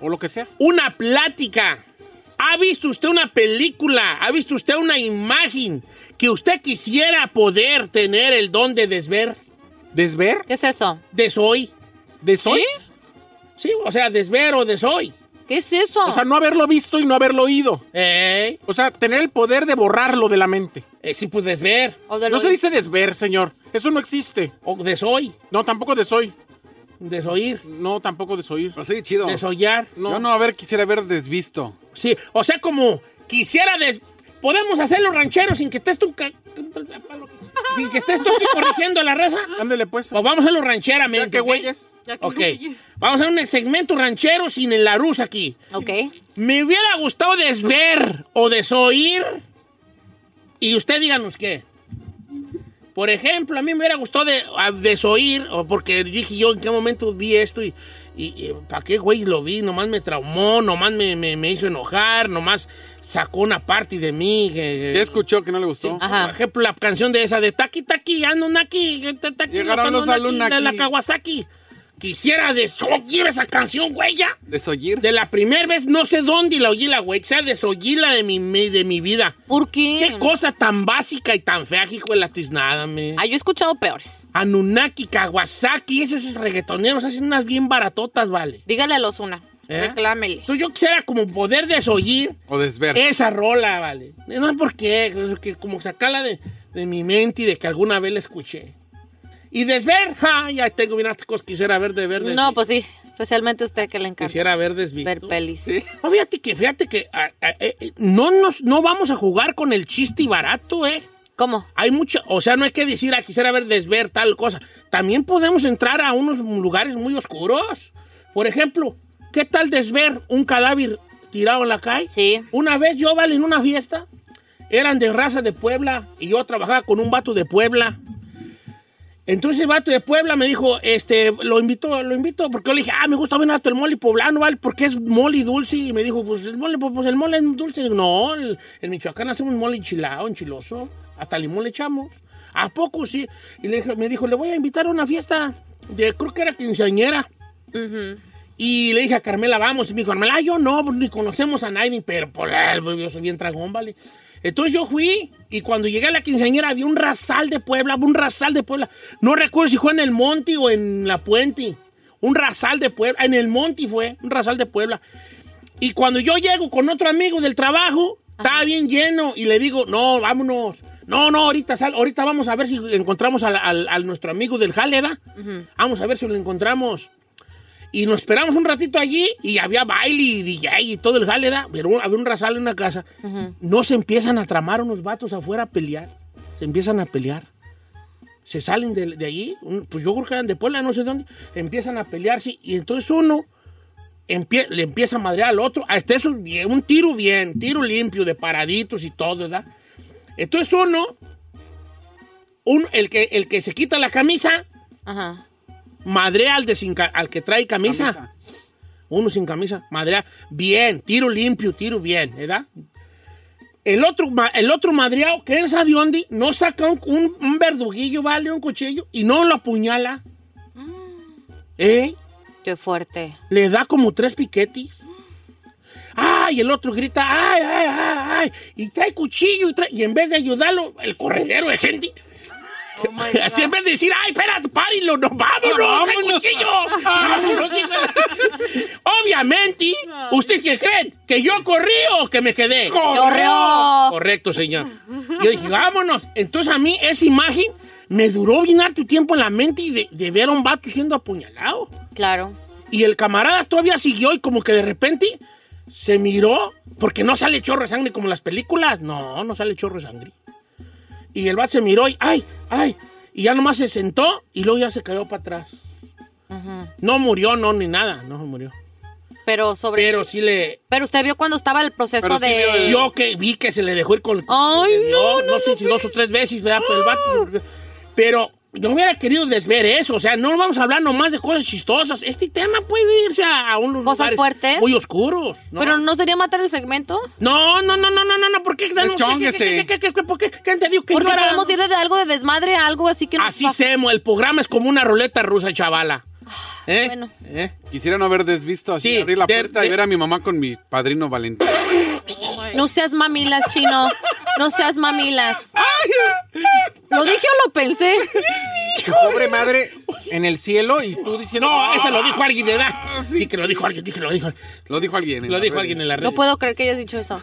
Speaker 1: O lo que sea. Una plática. ¿Ha visto usted una película? ¿Ha visto usted una imagen que usted quisiera poder tener el don de desver? ¿Desver?
Speaker 2: ¿Qué es eso?
Speaker 1: Desoy.
Speaker 4: ¿Desoy?
Speaker 1: Sí, o sea, desver o desoy.
Speaker 2: ¿Qué es eso?
Speaker 4: O sea, no haberlo visto y no haberlo oído. O sea, tener el poder de borrarlo de la mente.
Speaker 1: sí, pues desver.
Speaker 4: no se dice desver, señor. Eso no existe.
Speaker 1: O desoy.
Speaker 4: No, tampoco desoy.
Speaker 1: Desoir.
Speaker 4: No, tampoco desoir.
Speaker 7: Así, chido.
Speaker 1: Desollar.
Speaker 7: Yo no, a ver, quisiera haber desvisto.
Speaker 1: Sí, o sea, como quisiera des... Podemos hacerlo ranchero sin que estés tú... ca- Sin que estés tú aquí corrigiendo a la raza.
Speaker 4: Ándale, pues.
Speaker 1: O vamos a hacerlo rancheramente. ¿Qué
Speaker 4: güeyes?
Speaker 2: que
Speaker 1: Ok.
Speaker 2: güeyes.
Speaker 1: Vamos a hacer un segmento ranchero sin el Larus aquí.
Speaker 2: Ok.
Speaker 1: Me hubiera gustado desver o desoír. Y usted díganos qué. Por ejemplo, a mí me hubiera gustado de, a- desoír, o porque dije yo en qué momento vi esto y, para qué güey lo vi, nomás me traumó, nomás me, me- me hizo enojar, nomás sacó una parte de mí. Que,
Speaker 7: ¿Qué escuchó que no le gustó?
Speaker 1: Por ejemplo, la canción de esa de Taki Taki, Anunnaki, ta- Taki,
Speaker 7: Llegaron
Speaker 1: los
Speaker 7: los
Speaker 1: Anunnaki de la
Speaker 7: Anunnaki.
Speaker 1: Kawasaki. Quisiera desoír esa canción, güey, ya.
Speaker 7: Desollir.
Speaker 1: De la primera vez, no sé dónde y la oí la güey. O sea, desoyí la de mi, mi- de mi vida.
Speaker 2: ¿Por qué?
Speaker 1: Qué cosa tan básica y tan fea, hijo de la tiznada, me.
Speaker 2: Ah, yo he escuchado peores.
Speaker 1: Anunnaki, Kawasaki, esos reggaetoneros hacen unas bien baratotas, vale.
Speaker 2: Dígale a los una.
Speaker 1: ¿Eh?
Speaker 2: Reclámele.
Speaker 1: Entonces yo quisiera como poder desoyir
Speaker 7: O desver.
Speaker 1: esa rola, vale. No es porque, es que como sacarla de, de mi mente y de que alguna vez la escuché. Y desver, ja, ya tengo bien hartas cosas que quisiera ver de verde.
Speaker 2: No, pues sí. Especialmente a usted que le encanta.
Speaker 1: Quisiera ver desvisto.
Speaker 2: Ver pelis.
Speaker 1: No, fíjate que, fíjate que ah, ah, eh, eh, no, nos, no vamos a jugar con el chiste y barato, ¿eh?
Speaker 2: ¿Cómo?
Speaker 1: Hay mucha, o sea, no hay que decir, ah, quisiera ver desver tal cosa. También podemos entrar a unos lugares muy oscuros. Por ejemplo, ¿qué tal desver un cadáver tirado en la calle?
Speaker 2: Sí.
Speaker 1: Una vez yo, vale, en una fiesta, eran de raza de Puebla y yo trabajaba con un vato de Puebla. Entonces el vato de Puebla me dijo, este, lo invito, lo invito, porque yo le dije, ah, me gusta bien harto el mole poblano, ¿vale? Porque es mole dulce. Y me dijo, pues el mole, pues, pues, el mole es dulce. Y digo, no, el, en Michoacán hacemos mole enchilado, enchiloso. Hasta limón le echamos. ¿A poco sí? Y le dije- me dijo, le voy a invitar a una fiesta de, creo que era quinceañera. Y le dije a Carmela, vamos. Y me dijo, Carmela, "Ah, yo no, pues, ni conocemos a nadie, pero por la- yo soy bien tragón, vale. Entonces yo fui y cuando llegué a la quinceañera había un rasal de Puebla, un rasal de Puebla. No recuerdo si fue en el Monte o en la Puente. Un rasal de Puebla, en el Monte fue, un rasal de Puebla. Y cuando yo llego con otro amigo del trabajo, estaba bien lleno y le digo, no, vámonos. No, no, ahorita sal, ahorita vamos a ver si encontramos al, al- al nuestro amigo del Jaleda. Vamos a ver si lo encontramos. Y nos esperamos un ratito allí y había baile y DJ y todo el Jaleda. Pero había un rasal en una casa. No se empiezan a tramar unos vatos afuera a pelear. Se empiezan a pelear. Se salen de, de allí. un- Pues yo creo que eran de Puebla, no sé dónde. Empiezan a pelearse y entonces uno empie- le empieza a madrear al otro. Hasta eso, bien, un tiro bien, tiro limpio, de paraditos y todo, ¿verdad? Entonces uno, un- el, que, el que se quita la camisa,
Speaker 9: Ajá.
Speaker 1: madrea al, de sin ca- al que trae camisa. Uno sin camisa, madrea. Bien, tiro limpio, tiro bien, ¿verdad? El otro, ma- el otro madreado, que es de dónde, no saca un, un- un verduguillo, vale, un cuchillo, y no lo apuñala. ¿Eh?
Speaker 2: Qué fuerte.
Speaker 1: Le da como tres piquetis. ¡Ay! El otro grita, ¡ay, ay, ay, ay! Y trae cuchillo y, trae- y en vez de ayudarlo, el corredero de gente. [LAUGHS] Así en vez de decir, ¡ay, espérate, párenlo! ¡Nos vámonos! ¡Trae cuchillo! Vámonos, hijo de- Obviamente, ¿ustedes qué creen? ¿Que yo corrí o que me quedé?
Speaker 2: Corrió.
Speaker 1: Correcto, señor. Yo dije, vámonos. Entonces a mí esa imagen me duró bien harto tiempo en la mente y de, de ver a un vato siendo apuñalado.
Speaker 2: Claro.
Speaker 1: Y el camarada todavía siguió y como que de repente se miró, porque no sale chorro de sangre como en las películas. No, no sale chorro de sangre. Y el vato se miró y, ay, ay, y ya nomás se sentó y luego ya se cayó para atrás.
Speaker 2: Ajá.
Speaker 1: No murió, no, ni nada, no murió.
Speaker 2: Pero sobre.
Speaker 1: Pero sí le...
Speaker 2: Pero usted vio cuando estaba el proceso
Speaker 1: Pero sí
Speaker 2: de.
Speaker 1: vio- Yo que vi que se le dejó ir con... Ay, no, no, sé si dos o tres veces, ¿verdad? Pero el
Speaker 2: Ah.
Speaker 1: vato- Pero yo hubiera querido desver eso. O sea, no vamos a hablar nomás de cosas chistosas. Este tema puede irse a, a unos
Speaker 2: Cosas
Speaker 1: lugares
Speaker 2: fuertes.
Speaker 1: muy oscuros. ¿no?
Speaker 2: Pero no sería matar el segmento.
Speaker 1: No, no, no, no, no, no, no, ¿por qué? No,
Speaker 2: chónguese.
Speaker 1: ¿qué, qué, qué, qué, por qué? ¿Quién te dijo que
Speaker 2: Porque
Speaker 1: yo era-
Speaker 2: podemos ir de algo de desmadre a algo así que nos
Speaker 1: Así
Speaker 2: pasa.
Speaker 1: semo, el programa es como una ruleta rusa, chavala. ¿Eh? ¿Eh?
Speaker 7: Quisiera no haber desvisto así, abrir la puerta y ver a mi mamá con mi padrino Valentín.
Speaker 2: No seas mamilas, chino. No seas mamilas. ¿Lo dije o lo pensé?
Speaker 4: Tu [LAUGHS] pobre madre en el cielo y tú diciendo.
Speaker 1: No, ese lo dijo alguien, ¿verdad? Sí, que lo dijo alguien, dije, lo dijo.
Speaker 7: [LAUGHS] Lo dijo alguien.
Speaker 1: Lo dijo alguien en la red.
Speaker 2: No puedo creer que hayas dicho eso.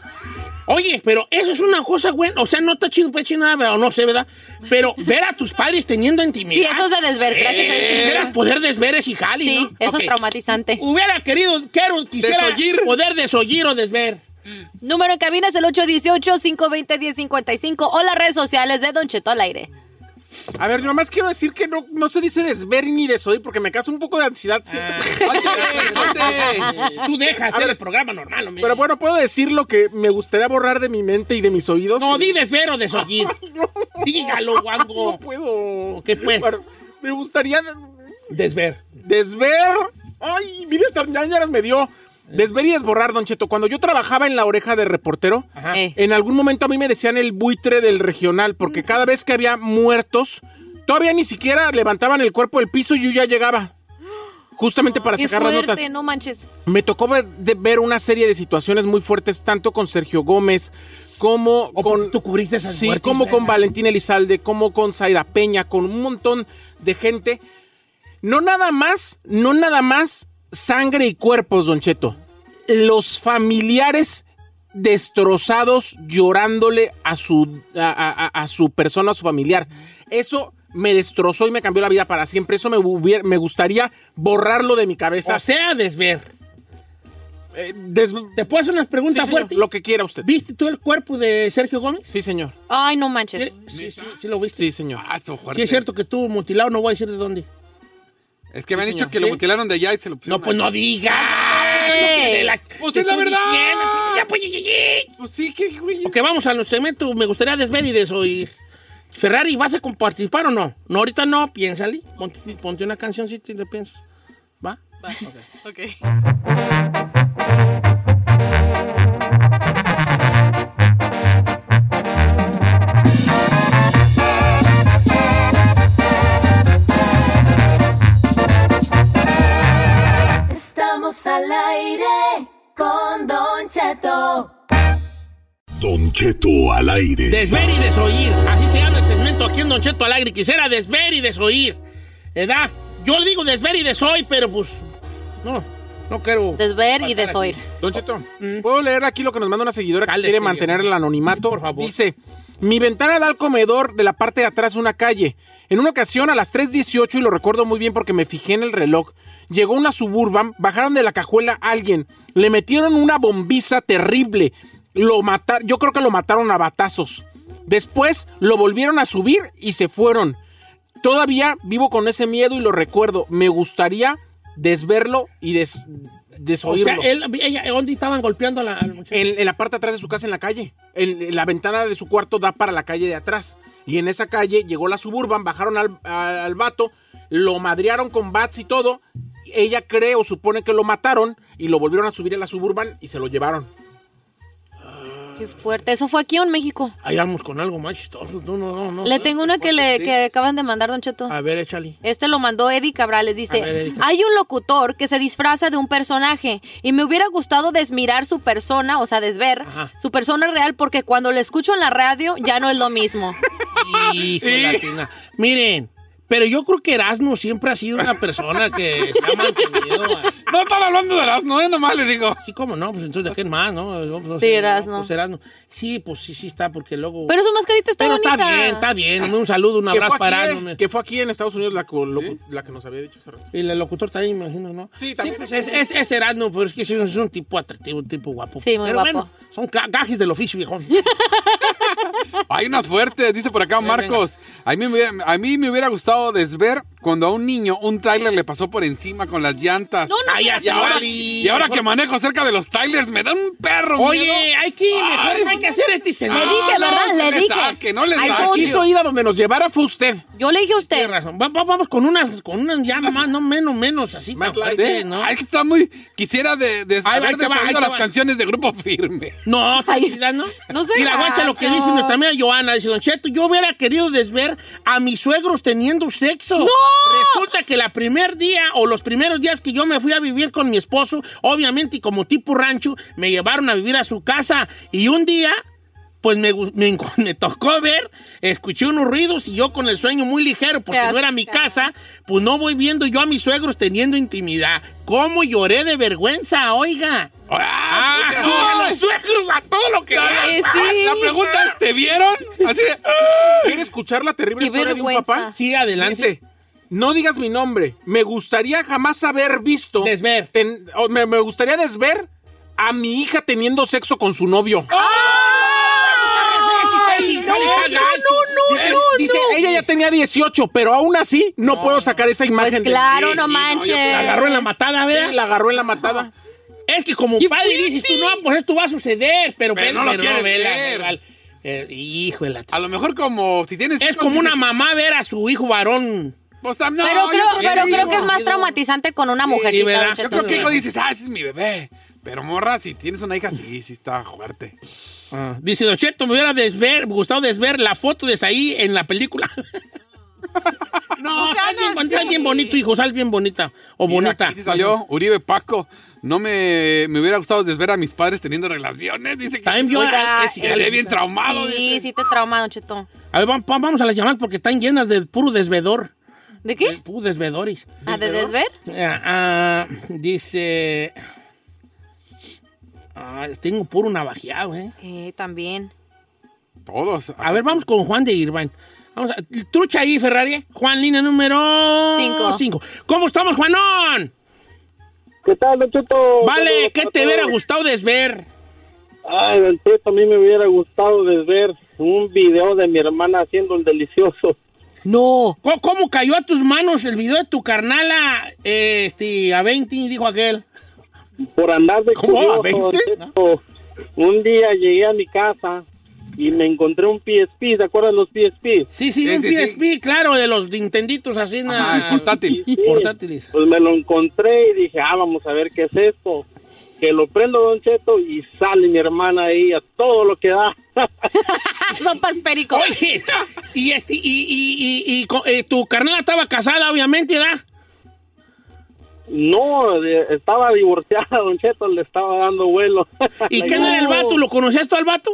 Speaker 1: Oye, pero eso es una cosa, güey. O sea, no está chido, pues, nada, pero no sé, ¿verdad? Pero ver a tus padres teniendo intimidad.
Speaker 2: Sí, eso es de desver, gracias a Dios.
Speaker 1: Quisieras poder desver ese jali,
Speaker 2: Sí,
Speaker 1: ¿no?
Speaker 2: eso
Speaker 1: Ok.
Speaker 2: es traumatizante.
Speaker 1: Hubiera querido, quiero, quisiera
Speaker 2: Desollir.
Speaker 1: poder desollir o desver.
Speaker 4: Eh,
Speaker 2: Número en cabina es el 818-520-1055 o las redes sociales de Don Cheto al aire.
Speaker 4: A ver, nomás quiero decir que no, no se dice desver ni desoír porque me causa un poco de ansiedad. siento-
Speaker 7: Ah,
Speaker 1: Tú dejas
Speaker 4: A
Speaker 1: hacer
Speaker 4: ver.
Speaker 1: el programa normal, hombre.
Speaker 4: Pero bueno, puedo decir lo que me gustaría borrar de mi mente y de mis oídos.
Speaker 1: No, di desver o
Speaker 4: [LAUGHS]
Speaker 1: desollir. Dígalo, guango.
Speaker 4: No puedo.
Speaker 1: ¿Qué pues?
Speaker 4: Bueno, me gustaría.
Speaker 1: Desver.
Speaker 4: Desver. Ay, mira estas ñañaras me dio. Desver y desborrar, Don Cheto. Cuando yo trabajaba en la oreja de reportero,
Speaker 2: Eh.
Speaker 4: en algún momento a mí me decían el buitre del regional, porque cada vez que había muertos, todavía ni siquiera levantaban el cuerpo del piso y yo ya llegaba. Justamente para
Speaker 2: Qué
Speaker 4: sacar
Speaker 2: fuerte,
Speaker 4: las notas.
Speaker 2: no manches.
Speaker 4: Me tocó ver, de ver una serie de situaciones muy fuertes, tanto con Sergio Gómez, como con.
Speaker 1: Tú cubriste esas
Speaker 4: Sí,
Speaker 1: muertes, ¿eh?
Speaker 4: como con
Speaker 1: ¿verdad?
Speaker 4: Valentín Elizalde, como con Zaida Peña, con un montón de gente. No nada más, no nada más sangre y cuerpos, Don Cheto. Los familiares destrozados llorándole a su, a, a- a- a su persona, a su familiar. Eso me destrozó y me cambió la vida para siempre. Eso me, hubiera- me gustaría borrarlo de mi cabeza. Eh,
Speaker 1: O sea, desver. ¿Te puedo hacer unas preguntas fuertes?
Speaker 4: Lo que quiera usted.
Speaker 1: ¿Viste tú el cuerpo de Sergio Gómez?
Speaker 4: Sí, señor.
Speaker 2: Ay, no manches.
Speaker 1: Sí, sí, sí lo viste.
Speaker 4: Sí, señor.
Speaker 7: Ah, esto fuerte.
Speaker 1: Sí, es cierto que estuvo mutilado, no voy a decir de dónde.
Speaker 7: Es que me
Speaker 1: Sí,
Speaker 7: han dicho
Speaker 1: señor.
Speaker 7: que lo
Speaker 1: Sí.
Speaker 7: mutilaron de allá y se lo pusieron.
Speaker 1: No, pues no diga.
Speaker 7: Ey.
Speaker 1: ah, De la-
Speaker 7: Pues
Speaker 1: te
Speaker 7: es la
Speaker 1: estoy
Speaker 7: verdad.
Speaker 1: diciendo, ya, pues, ye, ye, ye.
Speaker 7: sí, qué güey.
Speaker 1: Ok, vamos al segmento. Me gustaría desver y desoír. Ferrari, ¿vas a participar o no? No, ahorita no, piénsale. Ponte, ponte una cancioncita y le piensas. ¿Va?
Speaker 9: Ok.
Speaker 8: Vamos al aire con Don Cheto.
Speaker 11: Don Cheto al aire.
Speaker 1: Desver y desoír. Así se llama el segmento aquí en Don Cheto al aire. Quisiera desver y desoír. ¿Edad? Yo le digo desver y desoír, pero pues. No, no quiero.
Speaker 2: Desver y
Speaker 1: faltar
Speaker 2: desoír.
Speaker 1: aquí.
Speaker 4: Don Cheto, ¿puedo leer aquí lo que nos manda una seguidora que quiere
Speaker 1: Mm. señor.
Speaker 4: mantener el anonimato? Por favor. Dice, mi ventana da al comedor de la parte de atrás de una calle. En una ocasión a las 3.18, y lo recuerdo muy bien porque me fijé en el reloj, llegó una suburban, bajaron de la cajuela a alguien, le metieron una bombiza terrible, lo mataron, yo creo que lo mataron a batazos. Después lo volvieron a subir y se fueron. Todavía vivo con ese miedo y lo recuerdo. Me gustaría desverlo y des-
Speaker 1: O
Speaker 4: desoírlo.
Speaker 1: sea, él, ella, ¿dónde estaban golpeando a la, al muchacho?
Speaker 4: En, en la parte de atrás de su casa, en la calle. En, en la ventana de su cuarto da para la calle de atrás. Y en esa calle llegó la suburban, bajaron al, a- al vato, lo madrearon con bats y todo. Ella cree o supone que lo mataron y lo volvieron a subir a la suburban y se lo llevaron.
Speaker 2: Qué fuerte. Eso fue aquí en México.
Speaker 1: Ahí vamos con algo más chistoso. No, no, no. no.
Speaker 2: le tengo una que le
Speaker 1: Sí.
Speaker 2: que acaban de mandar, Don Cheto.
Speaker 1: A ver, échale.
Speaker 2: Este lo mandó Eddie Cabrales. Dice:
Speaker 1: A ver, Eddie.
Speaker 2: Hay un locutor que se disfraza de un personaje y me hubiera gustado desmirar su persona, o sea, desver
Speaker 1: Ajá.
Speaker 2: su persona real, porque cuando lo escucho en la radio ya no es lo
Speaker 1: [LAUGHS]
Speaker 2: mismo.
Speaker 1: Hijo de la tina. Miren, pero yo creo que Erasmo siempre ha sido una persona que se ha mantenido. no están hablando de Erasmo, eh, nomás le digo. Sí, cómo no, pues entonces de quién más, ¿no? No, pues, no
Speaker 2: Sí,
Speaker 1: sé,
Speaker 2: Erasmo.
Speaker 1: pues, Erasmo. Sí, pues sí, sí está, porque luego.
Speaker 2: Pero su mascarita está
Speaker 1: Pero
Speaker 2: bonita.
Speaker 1: está bien, está bien. Un saludo, un
Speaker 4: Que fue
Speaker 1: abrazo para
Speaker 4: aquí,
Speaker 1: Erasmo.
Speaker 4: que fue aquí en Estados Unidos la, co- lo- la que nos había dicho hace rato.
Speaker 1: Y el locutor también, me imagino, ¿no?
Speaker 4: Sí, también.
Speaker 1: pues, es, es, es Erasmo, pero es que es un, es un tipo atractivo, un tipo guapo.
Speaker 2: Sí, muy
Speaker 1: Pero
Speaker 2: guapo.
Speaker 1: bueno, son ca- gajes del
Speaker 2: [LAUGHS]
Speaker 1: oficio, viejón.
Speaker 7: Hay unas fuertes, dice por acá Marcos. A mí, me hubiera- a mí me hubiera gustado desver cuando a un niño un tráiler le pasó por encima con las llantas.
Speaker 1: No, no, Cállate,
Speaker 7: y ahora,
Speaker 1: Oli.
Speaker 7: y ahora que manejo cerca de los trailers me da un perro
Speaker 1: Oye,
Speaker 7: miedo.
Speaker 1: hay que, mejor
Speaker 7: Ay. ah,
Speaker 1: hay que hacer este segmento.
Speaker 2: Le dije, ¿verdad?
Speaker 7: no se
Speaker 2: Le
Speaker 7: le
Speaker 2: dije.
Speaker 7: saque, no le
Speaker 2: I
Speaker 7: saque.
Speaker 2: told
Speaker 4: Aquí
Speaker 2: you.
Speaker 4: hizo ida donde nos llevara fue usted.
Speaker 2: Yo le dije a usted.
Speaker 1: Tiene razón. Va- va- vamos con unas, con unas ya más, no menos, menos, así. Más
Speaker 7: light. ¿eh? Ay, que está muy... Quisiera de, de
Speaker 1: Ahí va, ahí
Speaker 7: haber
Speaker 1: te va, ahí
Speaker 7: desoído
Speaker 1: te
Speaker 7: las
Speaker 1: va.
Speaker 7: canciones de Grupo Firme.
Speaker 1: No, tranquilidad, ¿no?
Speaker 2: No sé.
Speaker 1: Mira, guacha lo que dice nuestra amiga Joana. Dice, Don Cheto, yo hubiera querido desver a mis suegros teniendo sexo.
Speaker 2: ¡No!
Speaker 1: Resulta que la primer día o los primeros días que yo me fui a vivir con mi esposo, obviamente y como tipo rancho, me llevaron a vivir a su casa. Y un día, pues me, gu- me enco- [LAUGHS] me tocó ver, escuché unos ruidos y yo con el sueño muy ligero, porque
Speaker 2: Qué
Speaker 1: no era mi casa, pues no voy viendo yo a mis suegros teniendo intimidad. ¿Cómo lloré de vergüenza, oiga? ¡Ah!
Speaker 7: puta.
Speaker 1: no, [LAUGHS] a los suegros a todo lo que da.
Speaker 2: Eh, sí.
Speaker 7: La pregunta es, ¿te vieron? Así de, ¡ah!
Speaker 4: ¿Quiere escuchar la terrible
Speaker 2: Qué
Speaker 4: historia de un
Speaker 2: vergüenza.
Speaker 4: papá?
Speaker 1: Sí, adelante.
Speaker 4: Dice, no digas mi nombre. Me gustaría jamás haber visto.
Speaker 1: Desver.
Speaker 4: ten- o me, me gustaría desver a mi hija teniendo sexo con su novio.
Speaker 1: No,
Speaker 4: dice, dice, ella ya tenía 18, pero aún así no, puedo sacar esa imagen.
Speaker 2: Pues
Speaker 4: de-
Speaker 2: claro, no
Speaker 4: Sí,
Speaker 2: manches.
Speaker 1: La agarró en la matada,
Speaker 4: sí,
Speaker 1: ¿verdad?
Speaker 4: la agarró en la matada.
Speaker 1: Es que como
Speaker 4: ¡Qué
Speaker 1: padre
Speaker 4: fuerte!
Speaker 1: dices tú, no, pues esto va a suceder, pero,
Speaker 7: Pero no lo quieres
Speaker 1: vela,
Speaker 7: ver.
Speaker 1: vale. Eh, hijo de la ch-
Speaker 7: A lo mejor como si tienes...
Speaker 1: Es
Speaker 7: hijos,
Speaker 1: como una
Speaker 7: dices,
Speaker 1: mamá ver a su hijo varón.
Speaker 7: pues, tam- no,
Speaker 2: pero creo,
Speaker 7: yo creo
Speaker 2: pero
Speaker 7: que
Speaker 2: creo
Speaker 7: sí,
Speaker 2: que es más
Speaker 7: no.
Speaker 2: traumatizante con una
Speaker 1: sí,
Speaker 2: mujercita,
Speaker 1: ¿verdad?
Speaker 2: Don
Speaker 7: Yo
Speaker 2: Cheto.
Speaker 7: creo que hijo dices, ah, ese es mi bebé. Pero morra, si tienes una hija, sí, sí
Speaker 1: [LAUGHS]
Speaker 7: está fuerte.
Speaker 1: Ah, Dice Don Cheto, me hubiera desver, gustado desver la foto de Saí en la película. [LAUGHS] no, estás bien, bon- estás bien bonito, hijo, estás bien bonita. O
Speaker 7: Mira,
Speaker 1: bonita.
Speaker 7: aquí sí salió Uribe Paco. No me, me hubiera gustado desver a mis padres teniendo relaciones. Dice que
Speaker 1: También vio
Speaker 2: Oiga,
Speaker 1: a-
Speaker 2: eh,
Speaker 1: sí,
Speaker 7: que le bien traumado.
Speaker 2: Sí,
Speaker 7: dice.
Speaker 2: sí te trauma, Don Cheto.
Speaker 1: A ver, vam- vam- vamos a las llamadas porque están llenas de puro desvedor.
Speaker 2: ¿De qué?
Speaker 1: Puro desvedores.
Speaker 2: ¿A de desver?
Speaker 1: Ah, ah, dice... Ah, tengo puro navajeado, ¿eh?
Speaker 2: Eh, también.
Speaker 7: Todos.
Speaker 1: A ver, vamos con Juan de Irvine. Vamos a- trucha ahí, Ferrari. Juan, línea número...
Speaker 2: Cinco.
Speaker 1: Cinco. ¿Cómo estamos, Juanón?
Speaker 6: ¿Qué tal, Don Cheto?
Speaker 1: Vale,
Speaker 6: Saludos
Speaker 1: ¿qué
Speaker 6: para
Speaker 1: te hubiera
Speaker 6: todos.
Speaker 1: gustado desver?
Speaker 6: Ay, Don Cheto, a mí me hubiera gustado de ver un video de mi hermana haciendo el delicioso.
Speaker 1: No. ¿Cómo, cómo cayó a tus manos el video de tu carnala eh, este, a 20? Dijo aquel.
Speaker 6: por andar de
Speaker 4: ¿Cómo?
Speaker 6: curioso,
Speaker 4: ¿A 20?
Speaker 6: don Cheto. Un día llegué a mi casa y me encontré un PSP, ¿se acuerdan los PSP?
Speaker 1: Sí, sí,
Speaker 7: Sí,
Speaker 1: un
Speaker 7: sí, sí.
Speaker 1: PSP, claro, de los Nintenditos así. na-
Speaker 7: Ajá, el portátil.
Speaker 6: Sí.
Speaker 1: Portátiles.
Speaker 6: Pues me lo encontré y dije, ah, vamos a ver qué es esto. Que lo prendo, Don Cheto, y sale mi hermana ahí a todo lo que da.
Speaker 2: [LAUGHS]
Speaker 6: [LAUGHS]
Speaker 2: Sopas perico.
Speaker 1: Oye, y, este, y, y, y, y co- eh, tu carnala estaba casada, obviamente, ¿verdad?
Speaker 6: No, de- estaba divorciada, Don Cheto, le estaba dando vuelo. [LAUGHS]
Speaker 1: ¿Y quién era el vato? ¿Lo conocías tú al vato?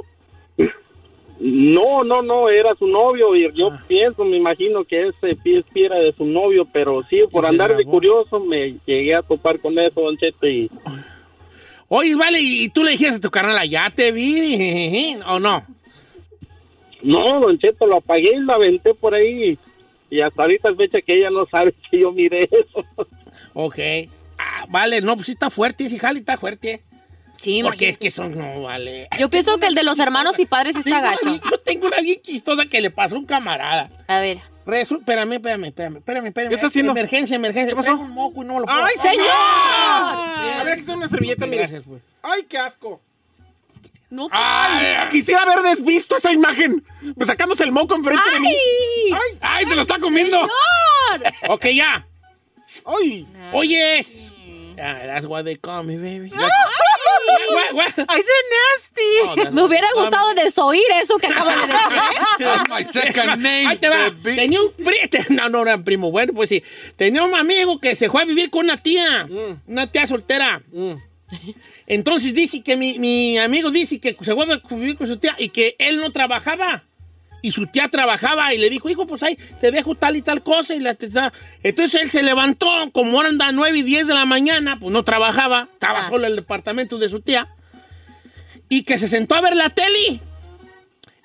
Speaker 6: No, no, no, era su novio. Y yo
Speaker 1: Ah.
Speaker 6: pienso, me imagino que ese PSP era de su novio, pero sí, por
Speaker 1: se
Speaker 6: andar de
Speaker 1: grabó.
Speaker 6: curioso me llegué a topar con eso, Don Cheto, y
Speaker 1: Oye, vale, y y tú le dijiste a tu carnal, ya te vi, jejeje", ¿o no?
Speaker 6: No, Don Cheto, lo apagué y lo aventé por ahí. Y hasta ahorita es fecha que ella no sabe [LAUGHS] que yo miré eso.
Speaker 1: Ok. Ah, vale, no, pues sí está fuerte, ese jale está fuerte.
Speaker 2: Sí,
Speaker 1: Porque es que son, no, vale.
Speaker 2: Yo pienso que el de los hermanos y padres está gacho.
Speaker 1: Yo tengo una bien chistosa que le pasó a un camarada.
Speaker 2: A ver.
Speaker 1: Resu espérame, espérame, espérame, espérame, espérame.
Speaker 4: ¿Qué está haciendo?
Speaker 1: Emergencia, emergencia.
Speaker 4: ¿Qué pasó?
Speaker 1: Traigo un moco y no lo puedo-
Speaker 4: ¡Ay, señor!
Speaker 1: ¡Ah!
Speaker 4: A ver, aquí está una servilleta, mire.
Speaker 1: Gracias, pues.
Speaker 4: ¡Ay, qué asco!
Speaker 2: No.
Speaker 4: ¡Ay!
Speaker 12: Quisiera haber desvisto esa imagen. Pues sacándose el moco enfrente de mí.
Speaker 4: ¡Ay!
Speaker 12: ¡Ay, te lo está comiendo!
Speaker 1: Ok, ya.
Speaker 4: ¡Ay!
Speaker 1: Oyes. Ah, that's why they call me, baby.
Speaker 9: ¡Ay, se
Speaker 4: Oh,
Speaker 1: No,
Speaker 9: nasty!
Speaker 1: no, no. Me hubiera gustado
Speaker 2: desoír eso que acaba de decir.
Speaker 1: That's my second name. [LAUGHS] Ahí te va. Tenía un primo. [LAUGHS] No, no era primo. Bueno, pues sí. Tenía un amigo que se fue a vivir con una tía. Una tía soltera. Entonces dice que mi, mi amigo dice que se fue a vivir con su tía y que él no trabajaba. Y su tía trabajaba y le dijo, hijo, pues ahí te dejo tal y tal cosa. Y la tía- Entonces él se levantó, como eran las 9 y 10 de la mañana, pues no trabajaba, estaba solo en el departamento de su tía. Y que se sentó a ver la tele.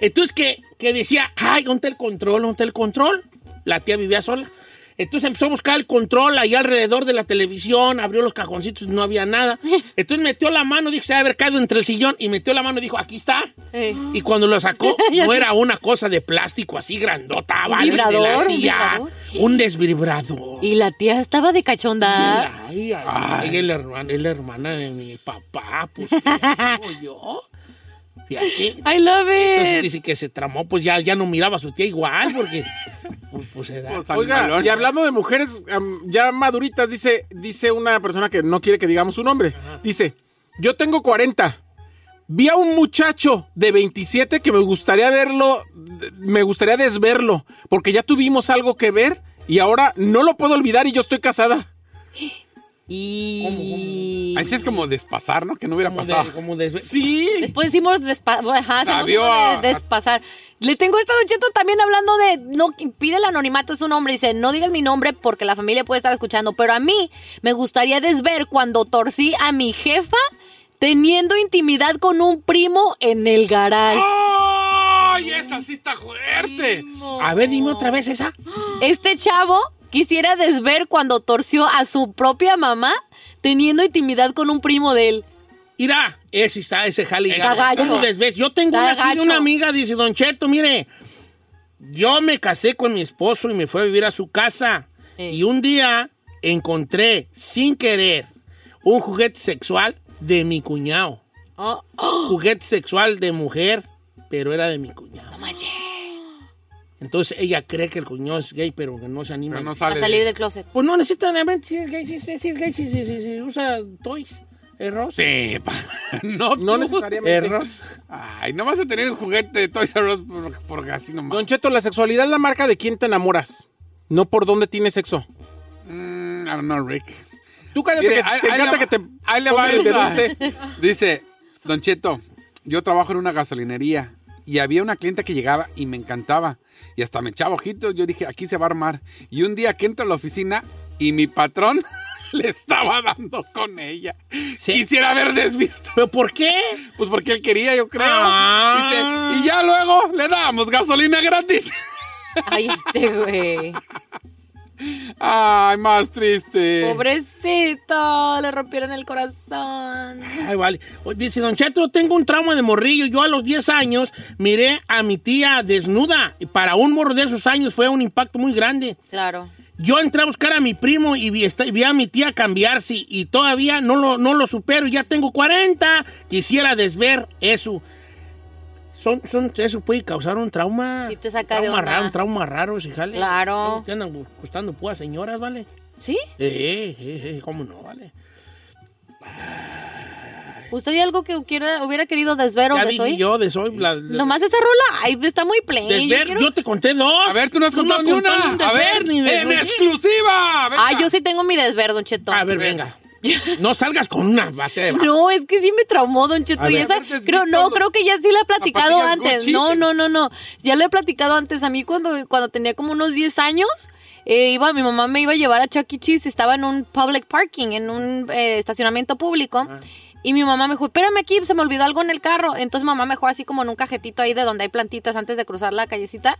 Speaker 1: Entonces que, que decía, ay, ¿dónde está el control? ¿Dónde está el control? La tía vivía sola. Entonces empezó a buscar el control ahí alrededor de la televisión, abrió los cajoncitos, no había nada. Entonces metió la mano, dijo, se había caído entre el sillón y metió la mano y dijo, aquí está.
Speaker 2: ¿eh? [LAUGHS]
Speaker 1: Y cuando lo sacó,
Speaker 12: Ya
Speaker 1: no
Speaker 12: sé.
Speaker 1: era una cosa de plástico así grandota,
Speaker 2: ¿Un
Speaker 1: ¿vale? De la
Speaker 2: vibrador? ¿Un
Speaker 1: tía.
Speaker 2: vibrador?
Speaker 1: Un desvibrador.
Speaker 2: Y la tía estaba de cachonda.
Speaker 1: Ay, ay, ay, es la hermana, es la hermana de mi papá,
Speaker 2: [LAUGHS]
Speaker 1: pues. ¿qué hago yo? Fíjate.
Speaker 2: I love
Speaker 1: Entonces
Speaker 2: it.
Speaker 1: dice que se tramó, pues ya, ya no miraba a su tía igual, porque. Pues, pues, se da.
Speaker 4: Oiga,
Speaker 1: animalón.
Speaker 4: y hablando de mujeres am, ya maduritas, dice, dice una persona que no quiere que digamos su nombre. Dice, yo tengo 40. Vi a un muchacho de 27 que me gustaría verlo, d- me gustaría desverlo, porque ya tuvimos algo que ver y ahora no lo puedo olvidar y yo estoy casada.
Speaker 2: Y...
Speaker 7: Ahí sí es como despasar, ¿no? Que no hubiera pasado.
Speaker 4: sí.
Speaker 2: Después decimos despa- ajá, hacemos
Speaker 7: Sabió
Speaker 2: uno
Speaker 7: a-
Speaker 2: de despasar. Le tengo esta Don Cheto, también hablando de no pide el anonimato es un hombre dice, "No digas mi nombre porque la familia puede estar escuchando, pero a mí me gustaría desver cuando torcí a mi jefa teniendo intimidad con un primo en el garage."
Speaker 12: ¡Ay, esa sí está fuerte!
Speaker 1: A ver, dime otra vez esa.
Speaker 2: Este chavo quisiera desver cuando torció a su propia mamá teniendo intimidad con un primo de él.
Speaker 1: Mira, ese está, ese jale.
Speaker 2: Está
Speaker 1: ya.
Speaker 2: gacho.
Speaker 1: ¿Cómo desves? Yo tengo
Speaker 2: Está
Speaker 1: una, aquí
Speaker 2: gacho.
Speaker 1: una amiga, dice, Don Cheto, mire, yo me casé con mi esposo y me fui a vivir a su casa. Y un día encontré, sin querer, un juguete sexual de mi cuñado.
Speaker 2: Oh.
Speaker 1: Juguete sexual de mujer, pero era de mi cuñado. Entonces ella cree que el cuñado es gay, pero que no se anima.
Speaker 7: no
Speaker 2: A salir del closet.
Speaker 1: Pues no necesita realmente si es gay, si es, si es gay, si, si- si- si usa toys. eh, Error.
Speaker 7: Sí, pa- no,
Speaker 4: No
Speaker 7: tú.
Speaker 4: necesariamente.
Speaker 7: Ay, no vas a tener un juguete de Toys R Us por- porque así nomás.
Speaker 4: Don Cheto, la sexualidad es la marca de quién te enamoras, no por dónde tienes sexo.
Speaker 7: Mm, I don't know, Rick.
Speaker 4: Tú cállate,
Speaker 7: Mire,
Speaker 4: que
Speaker 7: ahí-
Speaker 4: te
Speaker 7: ahí le
Speaker 4: encanta
Speaker 7: va-
Speaker 4: que te
Speaker 7: Ahí le va
Speaker 4: pongas de
Speaker 7: esta.
Speaker 4: dulce.
Speaker 7: Dice, Don Cheto, yo [LAUGHS] trabajo en una gasolinería y había una clienta que llegaba y me encantaba. Y hasta me echaba ojitos. Yo dije, aquí se va a armar. Y un día que entro a la oficina y mi patrón [LAUGHS] le estaba dando con ella. Quisiera haber desvisto.
Speaker 1: ¿Pero por qué?
Speaker 7: Pues porque él quería, yo creo.
Speaker 1: Ah.
Speaker 7: Dice, y ya luego le damos gasolina gratis. [LAUGHS]
Speaker 2: Ay, este
Speaker 1: [LAUGHS]
Speaker 2: güey.
Speaker 7: Ay, más triste.
Speaker 2: Pobrecito, le rompieron el corazón.
Speaker 1: Ay, vale. O- Dice, Don Cheto, tengo un trauma de morrillo. Yo a los 10 años miré a mi tía desnuda. Y para un morro de esos años fue un impacto muy grande.
Speaker 2: Claro.
Speaker 1: Yo entré a buscar a mi primo y vi, esta- vi a mi tía cambiarse y todavía no lo, no lo supero. Ya tengo 40. Quisiera desver eso. Son, son, eso puede causar un trauma.
Speaker 2: Y te saca de
Speaker 1: Trauma
Speaker 2: onda.
Speaker 1: raro, un trauma raro, si jale.
Speaker 2: Claro.
Speaker 1: Te andan gustando puras señoras, ¿vale?
Speaker 2: ¿Sí?
Speaker 1: Eh, eh, eh, ¿cómo no, vale?
Speaker 2: ¿Usted hay algo que quiera- hubiera querido desver o
Speaker 1: Ya
Speaker 2: desoír?
Speaker 1: dije yo de soy. la- la-
Speaker 2: Nomás esa rola, ay, está muy plain.
Speaker 1: desver,
Speaker 2: quiero-
Speaker 1: yo te conté dos. A ver, tú no
Speaker 2: has contado ni una.
Speaker 1: A ver, ni de
Speaker 2: ¡en
Speaker 1: exclusiva!
Speaker 2: Ah, yo sí tengo mi desver, Don Cheto.
Speaker 1: A
Speaker 2: [LAUGHS]
Speaker 1: ver, venga. No salgas con una batera.
Speaker 2: No, es que sí me traumó, Don Cheto.
Speaker 1: A
Speaker 2: y
Speaker 1: ver.
Speaker 2: esa,
Speaker 1: Aparte es
Speaker 2: creo,
Speaker 1: Víctor
Speaker 2: no,
Speaker 1: Don-
Speaker 2: creo que ya sí la he platicado
Speaker 1: Zapatillas
Speaker 2: antes.
Speaker 1: Gucci.
Speaker 2: No, no, no, no. Ya la he platicado antes. A mí cuando, cuando tenía como unos 10 años, eh, iba, mi mamá me iba a llevar a Chuck E. Cheese. Estaba en un public parking, en un eh, estacionamiento público.
Speaker 1: Ah.
Speaker 2: Y mi mamá me dijo, espérame aquí, se me olvidó algo en el carro. Entonces mamá me dejó así como en un cajetito ahí de donde hay plantitas antes de cruzar la callecita.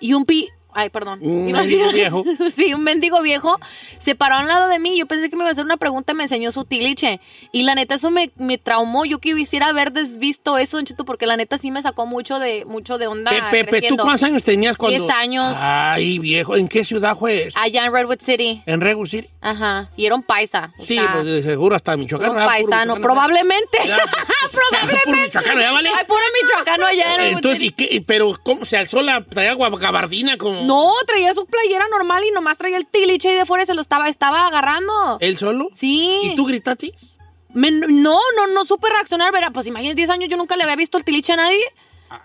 Speaker 2: Y un pi... Ay, perdón.
Speaker 1: Un
Speaker 2: Iba a
Speaker 1: mendigo
Speaker 2: decir-
Speaker 1: viejo.
Speaker 2: [LAUGHS] sí, un mendigo viejo se paró a un lado de mí. Yo pensé que me iba a hacer una pregunta, me enseñó su tiliche. Y la neta, eso me, me traumó. Yo quisiera haber desvisto eso, Don Cheto, porque la neta sí me sacó mucho de, mucho de onda.
Speaker 1: Pepe, ¿tú
Speaker 2: creciendo.
Speaker 1: cuántos años tenías cuando? Ah.
Speaker 2: Diez años. Ah.
Speaker 1: Ay, viejo, ¿en qué ciudad fue eso?
Speaker 2: Allá en Redwood City.
Speaker 1: ¿En Redwood City?
Speaker 2: Ajá. Y era un paisa. o
Speaker 1: Sí,
Speaker 2: sea,
Speaker 1: pues de seguro hasta Michoacán.
Speaker 2: un
Speaker 1: ¿verdad? Puro
Speaker 2: paisano.
Speaker 1: Michoacán,
Speaker 2: Probablemente. [LAUGHS]
Speaker 1: ¿verdad? Puro Michoacán, ¿verdad, vale?
Speaker 2: Ay, puro michoacano allá en Redwood
Speaker 1: Entonces, ¿y qué? ¿Y ¿Pero cómo se alzó la traía guab- gabardina como
Speaker 2: No, traía su playera normal y nomás traía el tiliche ahí de fuera y se lo estaba, estaba agarrando.
Speaker 1: él solo?
Speaker 2: Sí.
Speaker 1: ¿Y tú gritaste?
Speaker 2: Me- no, no, no supe reaccionar, verá, pues imagínate, 10 años yo nunca le había visto el tiliche a nadie.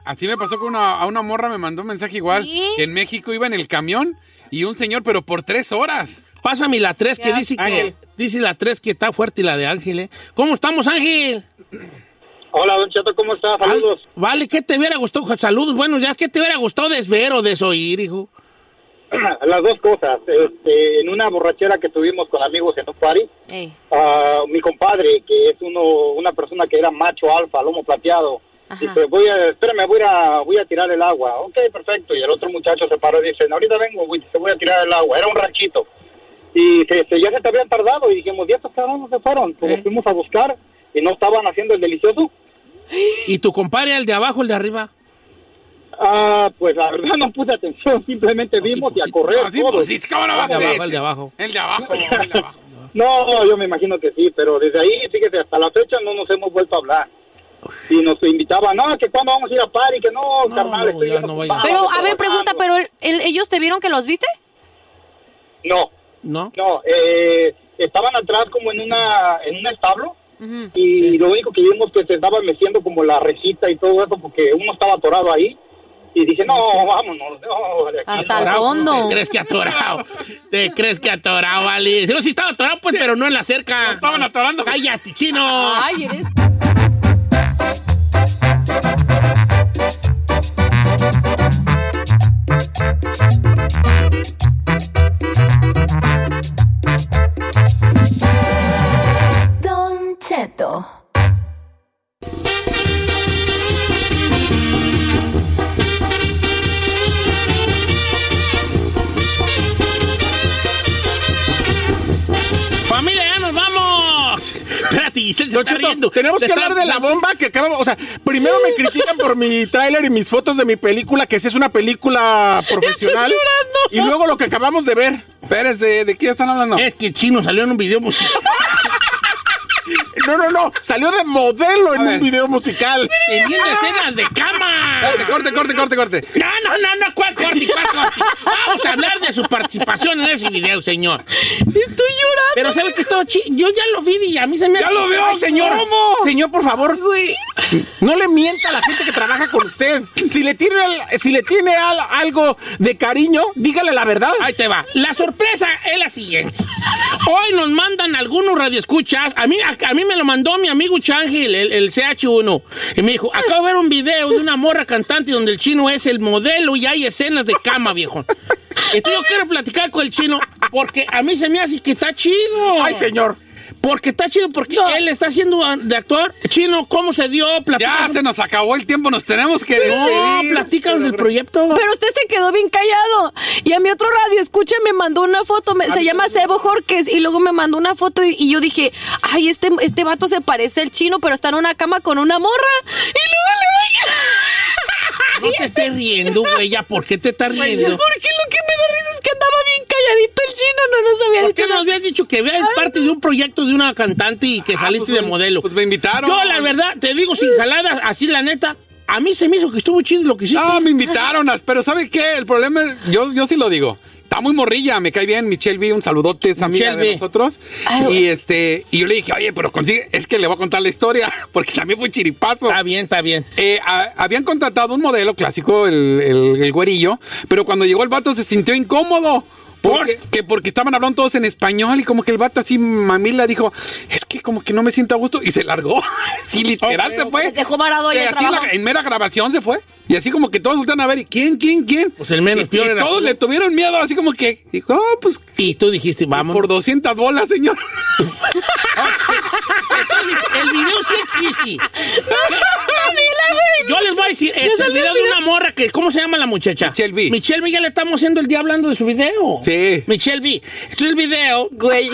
Speaker 7: Así me pasó con una, a una morra, me mandó un mensaje igual.
Speaker 2: ¿Sí?
Speaker 7: Que en México iba en el camión y un señor, pero por tres horas.
Speaker 1: Pásame la tres que dice que dice la tres que está fuerte y la de Ángel, ¿eh? ¿Cómo estamos, Ángel?
Speaker 13: Hola, Don Cheto, ¿cómo estás?
Speaker 1: Saludos. vale, ¿qué te hubiera gustado? Saludos, buenos días. ¿Qué te hubiera gustado desver o desoír, hijo?
Speaker 13: [CLEARS THROAT] Las dos cosas. Este, en una borrachera que tuvimos con amigos en un party,
Speaker 2: Ey.
Speaker 13: ah, mi compadre, que es uno, una persona Ah, que era macho alfa, lomo plateado,
Speaker 1: Ah.
Speaker 2: Ajá.
Speaker 13: dice, voy a, espérame, voy a, voy a tirar el agua. Ok, perfecto. Y el otro muchacho se paró y dice, ahorita vengo, güey, te voy a tirar el agua. Era un ranchito. Y se- se- ya se te habían tardado y dijimos, ya estos cabrones se fueron. Pues los fuimos a buscar y no estaban haciendo el delicioso.
Speaker 1: [GASPS] ¿Y tu compadre, el de abajo, el de arriba?
Speaker 13: Ah, pues la verdad no puse atención, [LAUGHS]
Speaker 1: Oh,
Speaker 13: simplemente vimos y a correr.
Speaker 1: ah,
Speaker 7: No, sí,
Speaker 13: todos.
Speaker 7: pues, sí, ¿cómo no va a
Speaker 1: El de
Speaker 7: ser?
Speaker 1: abajo, el de abajo.
Speaker 7: El de abajo.
Speaker 13: No, yo me imagino que sí, pero desde ahí, fíjese, hasta la fecha no nos hemos vuelto a hablar. Y nos invitaban, no, que cuando vamos a ir a París, que no, carnal, estoy bien ocupado,
Speaker 2: Pero, a
Speaker 13: estoy
Speaker 2: ver, pregunta, ¿pero el- el- ellos te vieron que los viste?
Speaker 13: No.
Speaker 1: ¿No?
Speaker 13: No, eh, estaban atrás como en una en un establo y lo único que vimos que se estaban meciendo como la rejita y todo eso porque uno estaba atorado ahí y dije, no, vámonos, no. de aquí no".
Speaker 1: Atorado, ¿Te crees que
Speaker 13: [LAUGHS]
Speaker 1: atorado? ¿Te crees que atorado, vale? Yo sí estaba atorado, pues, pero no en la cerca. estaban atorando. ¡Cállate,
Speaker 4: [LAUGHS]
Speaker 1: chino!
Speaker 2: Ay, eres...
Speaker 8: Don Cheto.
Speaker 1: ¡Familia, ya nos vamos! [LAUGHS] Espérate, Giselle se
Speaker 4: Don
Speaker 1: está
Speaker 4: Cheto,
Speaker 1: riendo.
Speaker 4: tenemos
Speaker 1: Se
Speaker 4: que
Speaker 1: está-
Speaker 4: hablar de la bomba que acabamos. O sea, primero me critican por mi tráiler y mis fotos de mi película, que sí es una película profesional. Y luego lo que acabamos de ver.
Speaker 7: Espérese, ¿de qué están hablando?
Speaker 1: Es que Chino salió en un video musical.
Speaker 4: No, no, no. Salió de modelo en un video musical.
Speaker 1: Teniendo escenas de cama.
Speaker 7: Corte, corte, corte, corte.
Speaker 1: No, no, no, no, ¿cuál corte, cuál corte? Vamos a hablar de su participación en ese video, señor. Estoy llorando. Pero ¿sabes qué estaba chi- Yo ya lo vi y a mí se me...
Speaker 4: ¡Ya lo veo,
Speaker 1: Ay,
Speaker 4: señor! Señor, por favor. No le mienta a la gente que trabaja con usted. Si le tiene, al- si le tiene al- algo de cariño, dígale la verdad.
Speaker 1: Ahí te va. La sorpresa es la siguiente. Hoy nos mandan algunos radioescuchas. A mí, a, a mí me lo mandó mi amigo Changel, el, el CH1. Y me dijo, acabo de ver un video de una morra cantante donde el chino es el modelo y hay escenas de cama, viejo. Entonces yo quiero platicar con el chino porque a mí se me hace que está chido.
Speaker 4: Ay, señor.
Speaker 1: Porque está chido, porque él está haciendo ah, de actor. Chino, ¿cómo se dio?
Speaker 7: Ya se nos acabó el tiempo, nos tenemos que
Speaker 1: No,
Speaker 7: despedir. Ah,
Speaker 1: platícanos del proyecto.
Speaker 2: Pero usted se quedó bien callado. Y a mi otro radio escucha me mandó una foto, me- se llama Sebo Jorques, y luego me mandó una foto y, y yo dije, ay, este, este vato se parece al chino, pero está en una cama con una morra. Y luego le [LAUGHS]
Speaker 1: No te estés riendo, güey. ya, ¿Por qué te estás
Speaker 2: Pues,
Speaker 1: riendo?
Speaker 2: Porque lo que me da risa es que andaba bien calladito el chino, no nos había
Speaker 1: ¿Por qué nos habías dicho que veas parte de un proyecto de una cantante y que saliste de modelo? Ah, Pues
Speaker 7: me invitaron.
Speaker 1: Yo, la verdad, te digo sin jaladas, así la neta, a mí se me hizo que estuvo chido lo que hiciste.
Speaker 7: Ah, me invitaron, as- pero ¿sabe qué? El problema es, yo, yo sí lo digo. Está muy morrilla, me cae bien Michelle B, un saludote, esa amiga
Speaker 1: Michelle
Speaker 7: de
Speaker 1: B.
Speaker 7: nosotros. y este, y yo le dije, oye, pero consigue, es que le voy a contar la historia, [LAUGHS] porque también fue chiripazo. Está
Speaker 1: bien, está bien.
Speaker 7: Eh, habían contratado un modelo clásico, el, el- el güerillo, pero cuando llegó el vato se sintió incómodo. Porque, que porque estaban hablando todos en español y como que el vato así mamila dijo, es que como que no me siento a gusto y se largó. [LAUGHS] sí, literal se fue.
Speaker 2: dejó varado ahí
Speaker 7: Y
Speaker 2: el
Speaker 7: así la-
Speaker 2: trabajo.
Speaker 7: en mera grabación se fue. Y así como que todos voltean a ver, ¿y quién, quién, quién? Pues el menos
Speaker 1: peor era
Speaker 7: todos
Speaker 1: tú.
Speaker 7: le tuvieron miedo, así como que, dijo, ah, pues...
Speaker 1: Y tú dijiste, vamos.
Speaker 7: Por 200 bolas,
Speaker 2: [LAUGHS]
Speaker 7: señor.
Speaker 1: Entonces, el video sí existe. [LAUGHS] Yo les voy a decir, este, el video de una morra que, ¿cómo se llama la muchacha? Michelle B. Michelle B, ya le estamos haciendo el día hablando de su video. Sí. Michelle B. Este es el video. Güey.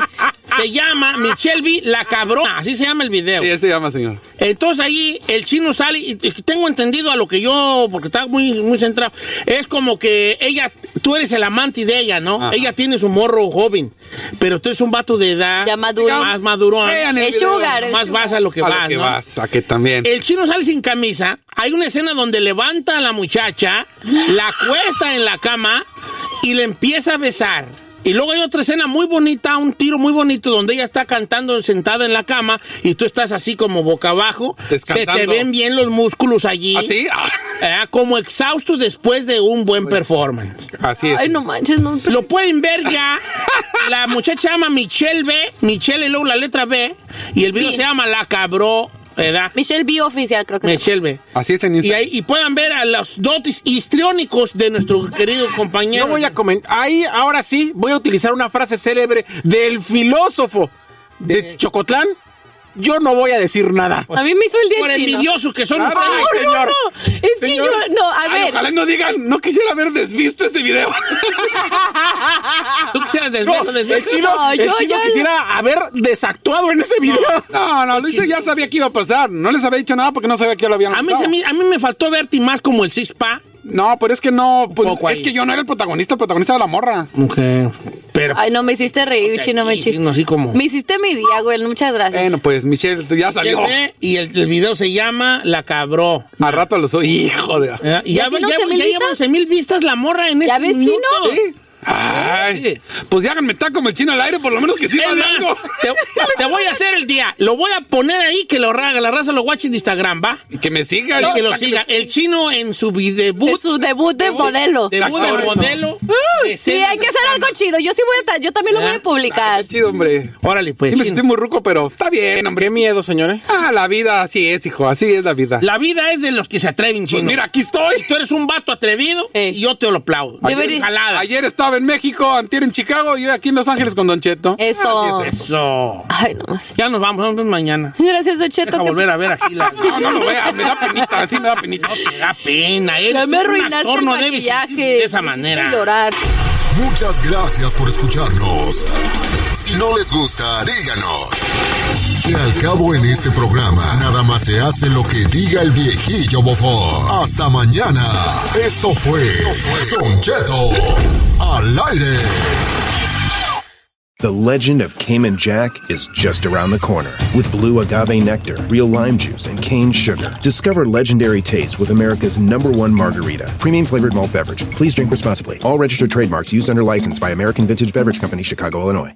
Speaker 1: Se llama Michelle B, la cabrona. Así se llama el video.
Speaker 7: Sí, así se llama, señor.
Speaker 1: Entonces ahí el chino sale, y y tengo entendido a lo que yo, porque está muy, muy centrado, es como que ella, tú eres el amante de ella, ¿no?
Speaker 7: Ajá.
Speaker 1: Ella tiene su morro joven, pero tú eres un vato de edad. Ya maduro. Más madurón.
Speaker 7: Vean el Es video. sugar, es
Speaker 1: Más
Speaker 7: sugar.
Speaker 1: vas a lo que
Speaker 7: A lo
Speaker 1: vas,
Speaker 7: que
Speaker 1: ¿no?
Speaker 7: vas, a que también.
Speaker 1: El chino sale sin camisa. Hay una escena donde levanta a la muchacha, la cuesta en la cama y le empieza a besar. Y luego hay otra escena muy bonita, un tiro muy bonito, donde ella está cantando sentada en la cama y tú estás así como boca abajo.
Speaker 7: Descansando.
Speaker 1: Se te ven bien los músculos allí.
Speaker 4: ¿Ah,
Speaker 7: ¿Así? [LAUGHS]
Speaker 1: Eh, como exhaustos después de un buen performance.
Speaker 7: Así es.
Speaker 1: no manches, no. Lo pueden ver ya. La muchacha se llama Michelle B. Michelle y luego la letra B. Y el video se llama La Cabró. ¿Verdad?
Speaker 2: Michelle B. Oficial, creo que se
Speaker 1: Michelle B.
Speaker 7: Así es en
Speaker 1: Instagram. Y, ahí- y puedan ver a los dotes histriónicos de nuestro querido compañero.
Speaker 4: Yo voy a comentar. Ahí, ahora sí, voy a utilizar una frase célebre del filósofo de, Chocotlán. Yo no voy a decir nada.
Speaker 1: A
Speaker 2: mí me hizo el día
Speaker 1: Por
Speaker 2: chino.
Speaker 1: envidiosos que son
Speaker 4: Claro,
Speaker 1: ustedes,
Speaker 4: no,
Speaker 1: señor.
Speaker 4: no,
Speaker 2: Es que yo, no, a
Speaker 7: Ay,
Speaker 2: ver.
Speaker 7: ojalá no digan, no quisiera haber desvisto ese video.
Speaker 1: Tú quisieras
Speaker 4: No,
Speaker 1: desviar, desviar.
Speaker 4: el chino,
Speaker 1: No,
Speaker 4: el
Speaker 1: yo-
Speaker 4: chino
Speaker 1: yo-
Speaker 4: quisiera haber desactuado en ese video.
Speaker 7: No, no, Luis ya sabía que iba a pasar. No les había dicho nada porque no sabía que lo habían
Speaker 1: A mí,
Speaker 7: lanzado.
Speaker 1: se me- a mí me faltó verte más como el cispa.
Speaker 7: No, pero es que no, pues,
Speaker 1: poco
Speaker 7: es
Speaker 1: ahí.
Speaker 7: que yo no era el protagonista, el protagonista era la morra.
Speaker 1: Pero
Speaker 2: Ay, no, me hiciste reír, chino, me chiste.
Speaker 1: así como.
Speaker 2: Me hiciste mi día, güey. Muchas gracias.
Speaker 7: Bueno, pues Michelle ya salió.
Speaker 1: Y el, el video se llama La Cabró.
Speaker 7: Al rato lo soy, hijo de.
Speaker 1: Eh, Y
Speaker 2: ¿Ya
Speaker 1: ya,
Speaker 2: tiene
Speaker 1: ya-
Speaker 2: 11,000
Speaker 1: ya lleva
Speaker 2: vistas?
Speaker 1: 11,000 vistas la morra en este
Speaker 2: ¿Ya ves,
Speaker 1: minuto.
Speaker 2: chino?
Speaker 1: Sí.
Speaker 7: Ay, pues ya háganme taco como el chino al aire, por lo menos que sí
Speaker 1: Es
Speaker 7: vale
Speaker 1: más,
Speaker 7: algo.
Speaker 1: te, te voy a hacer el día. Lo voy a poner ahí que lo raga, la raza lo watch en Instagram, ¿va?
Speaker 7: [LAUGHS] Y que Eh, me sigan.
Speaker 1: Y que lo siga. El chino en su vi- debut.
Speaker 2: Su debut de modelo.
Speaker 1: Este Debut de modelo. de
Speaker 2: ¡Ah! Sí, hay que hacer algo chido. Yo sí voy a, ta- yo también lo voy a publicar.
Speaker 7: Chido, hombre.
Speaker 1: Órale, pues.
Speaker 7: Sí me sentí muy ruco, pero está bien, hombre.
Speaker 4: Qué miedo, señores.
Speaker 7: Ah, la vida así es, hijo, así es la vida. Pues
Speaker 1: La vida es de los que se atreven,
Speaker 4: Pues
Speaker 1: chino.
Speaker 7: mira, aquí estoy.
Speaker 1: Y tú eres un vato atrevido y yo te lo aplaudo.
Speaker 7: Ayer,
Speaker 1: Jalada.
Speaker 7: ayer estaba en México, antier en Chicago y hoy aquí en Los Ángeles con Don Cheto.
Speaker 2: Eso.
Speaker 7: Así es
Speaker 1: Eso.
Speaker 2: Ay, no.
Speaker 1: Ya nos vamos, nos vemos mañana.
Speaker 2: Gracias, Don Cheto.
Speaker 1: eh. Deja
Speaker 2: que-
Speaker 1: volver a ver aquí la...
Speaker 7: No, no lo vea, me da penita, así me da penita.
Speaker 1: Te da pena, él.
Speaker 2: Ya me
Speaker 1: Un
Speaker 2: arruinaste
Speaker 1: actor
Speaker 2: el
Speaker 1: no debe
Speaker 2: maquillaje.
Speaker 1: sentirse de esa
Speaker 2: Me hiciste
Speaker 1: manera.
Speaker 2: llorar.
Speaker 11: Muchas gracias por escucharnos. Si no les gusta, díganos. Que al cabo en este programa, nada más se hace lo que diga el viejillo bofón. Hasta mañana. Esto fue, Don Cheto al aire.
Speaker 14: The legend of Cayman Jack is just around the corner. With blue agave nectar, real lime juice, and cane sugar, discover legendary taste with America's number one margarita. Premium flavored malt beverage. Please drink responsibly. All registered trademarks used under license by American Vintage Beverage Company, Chicago, Illinois.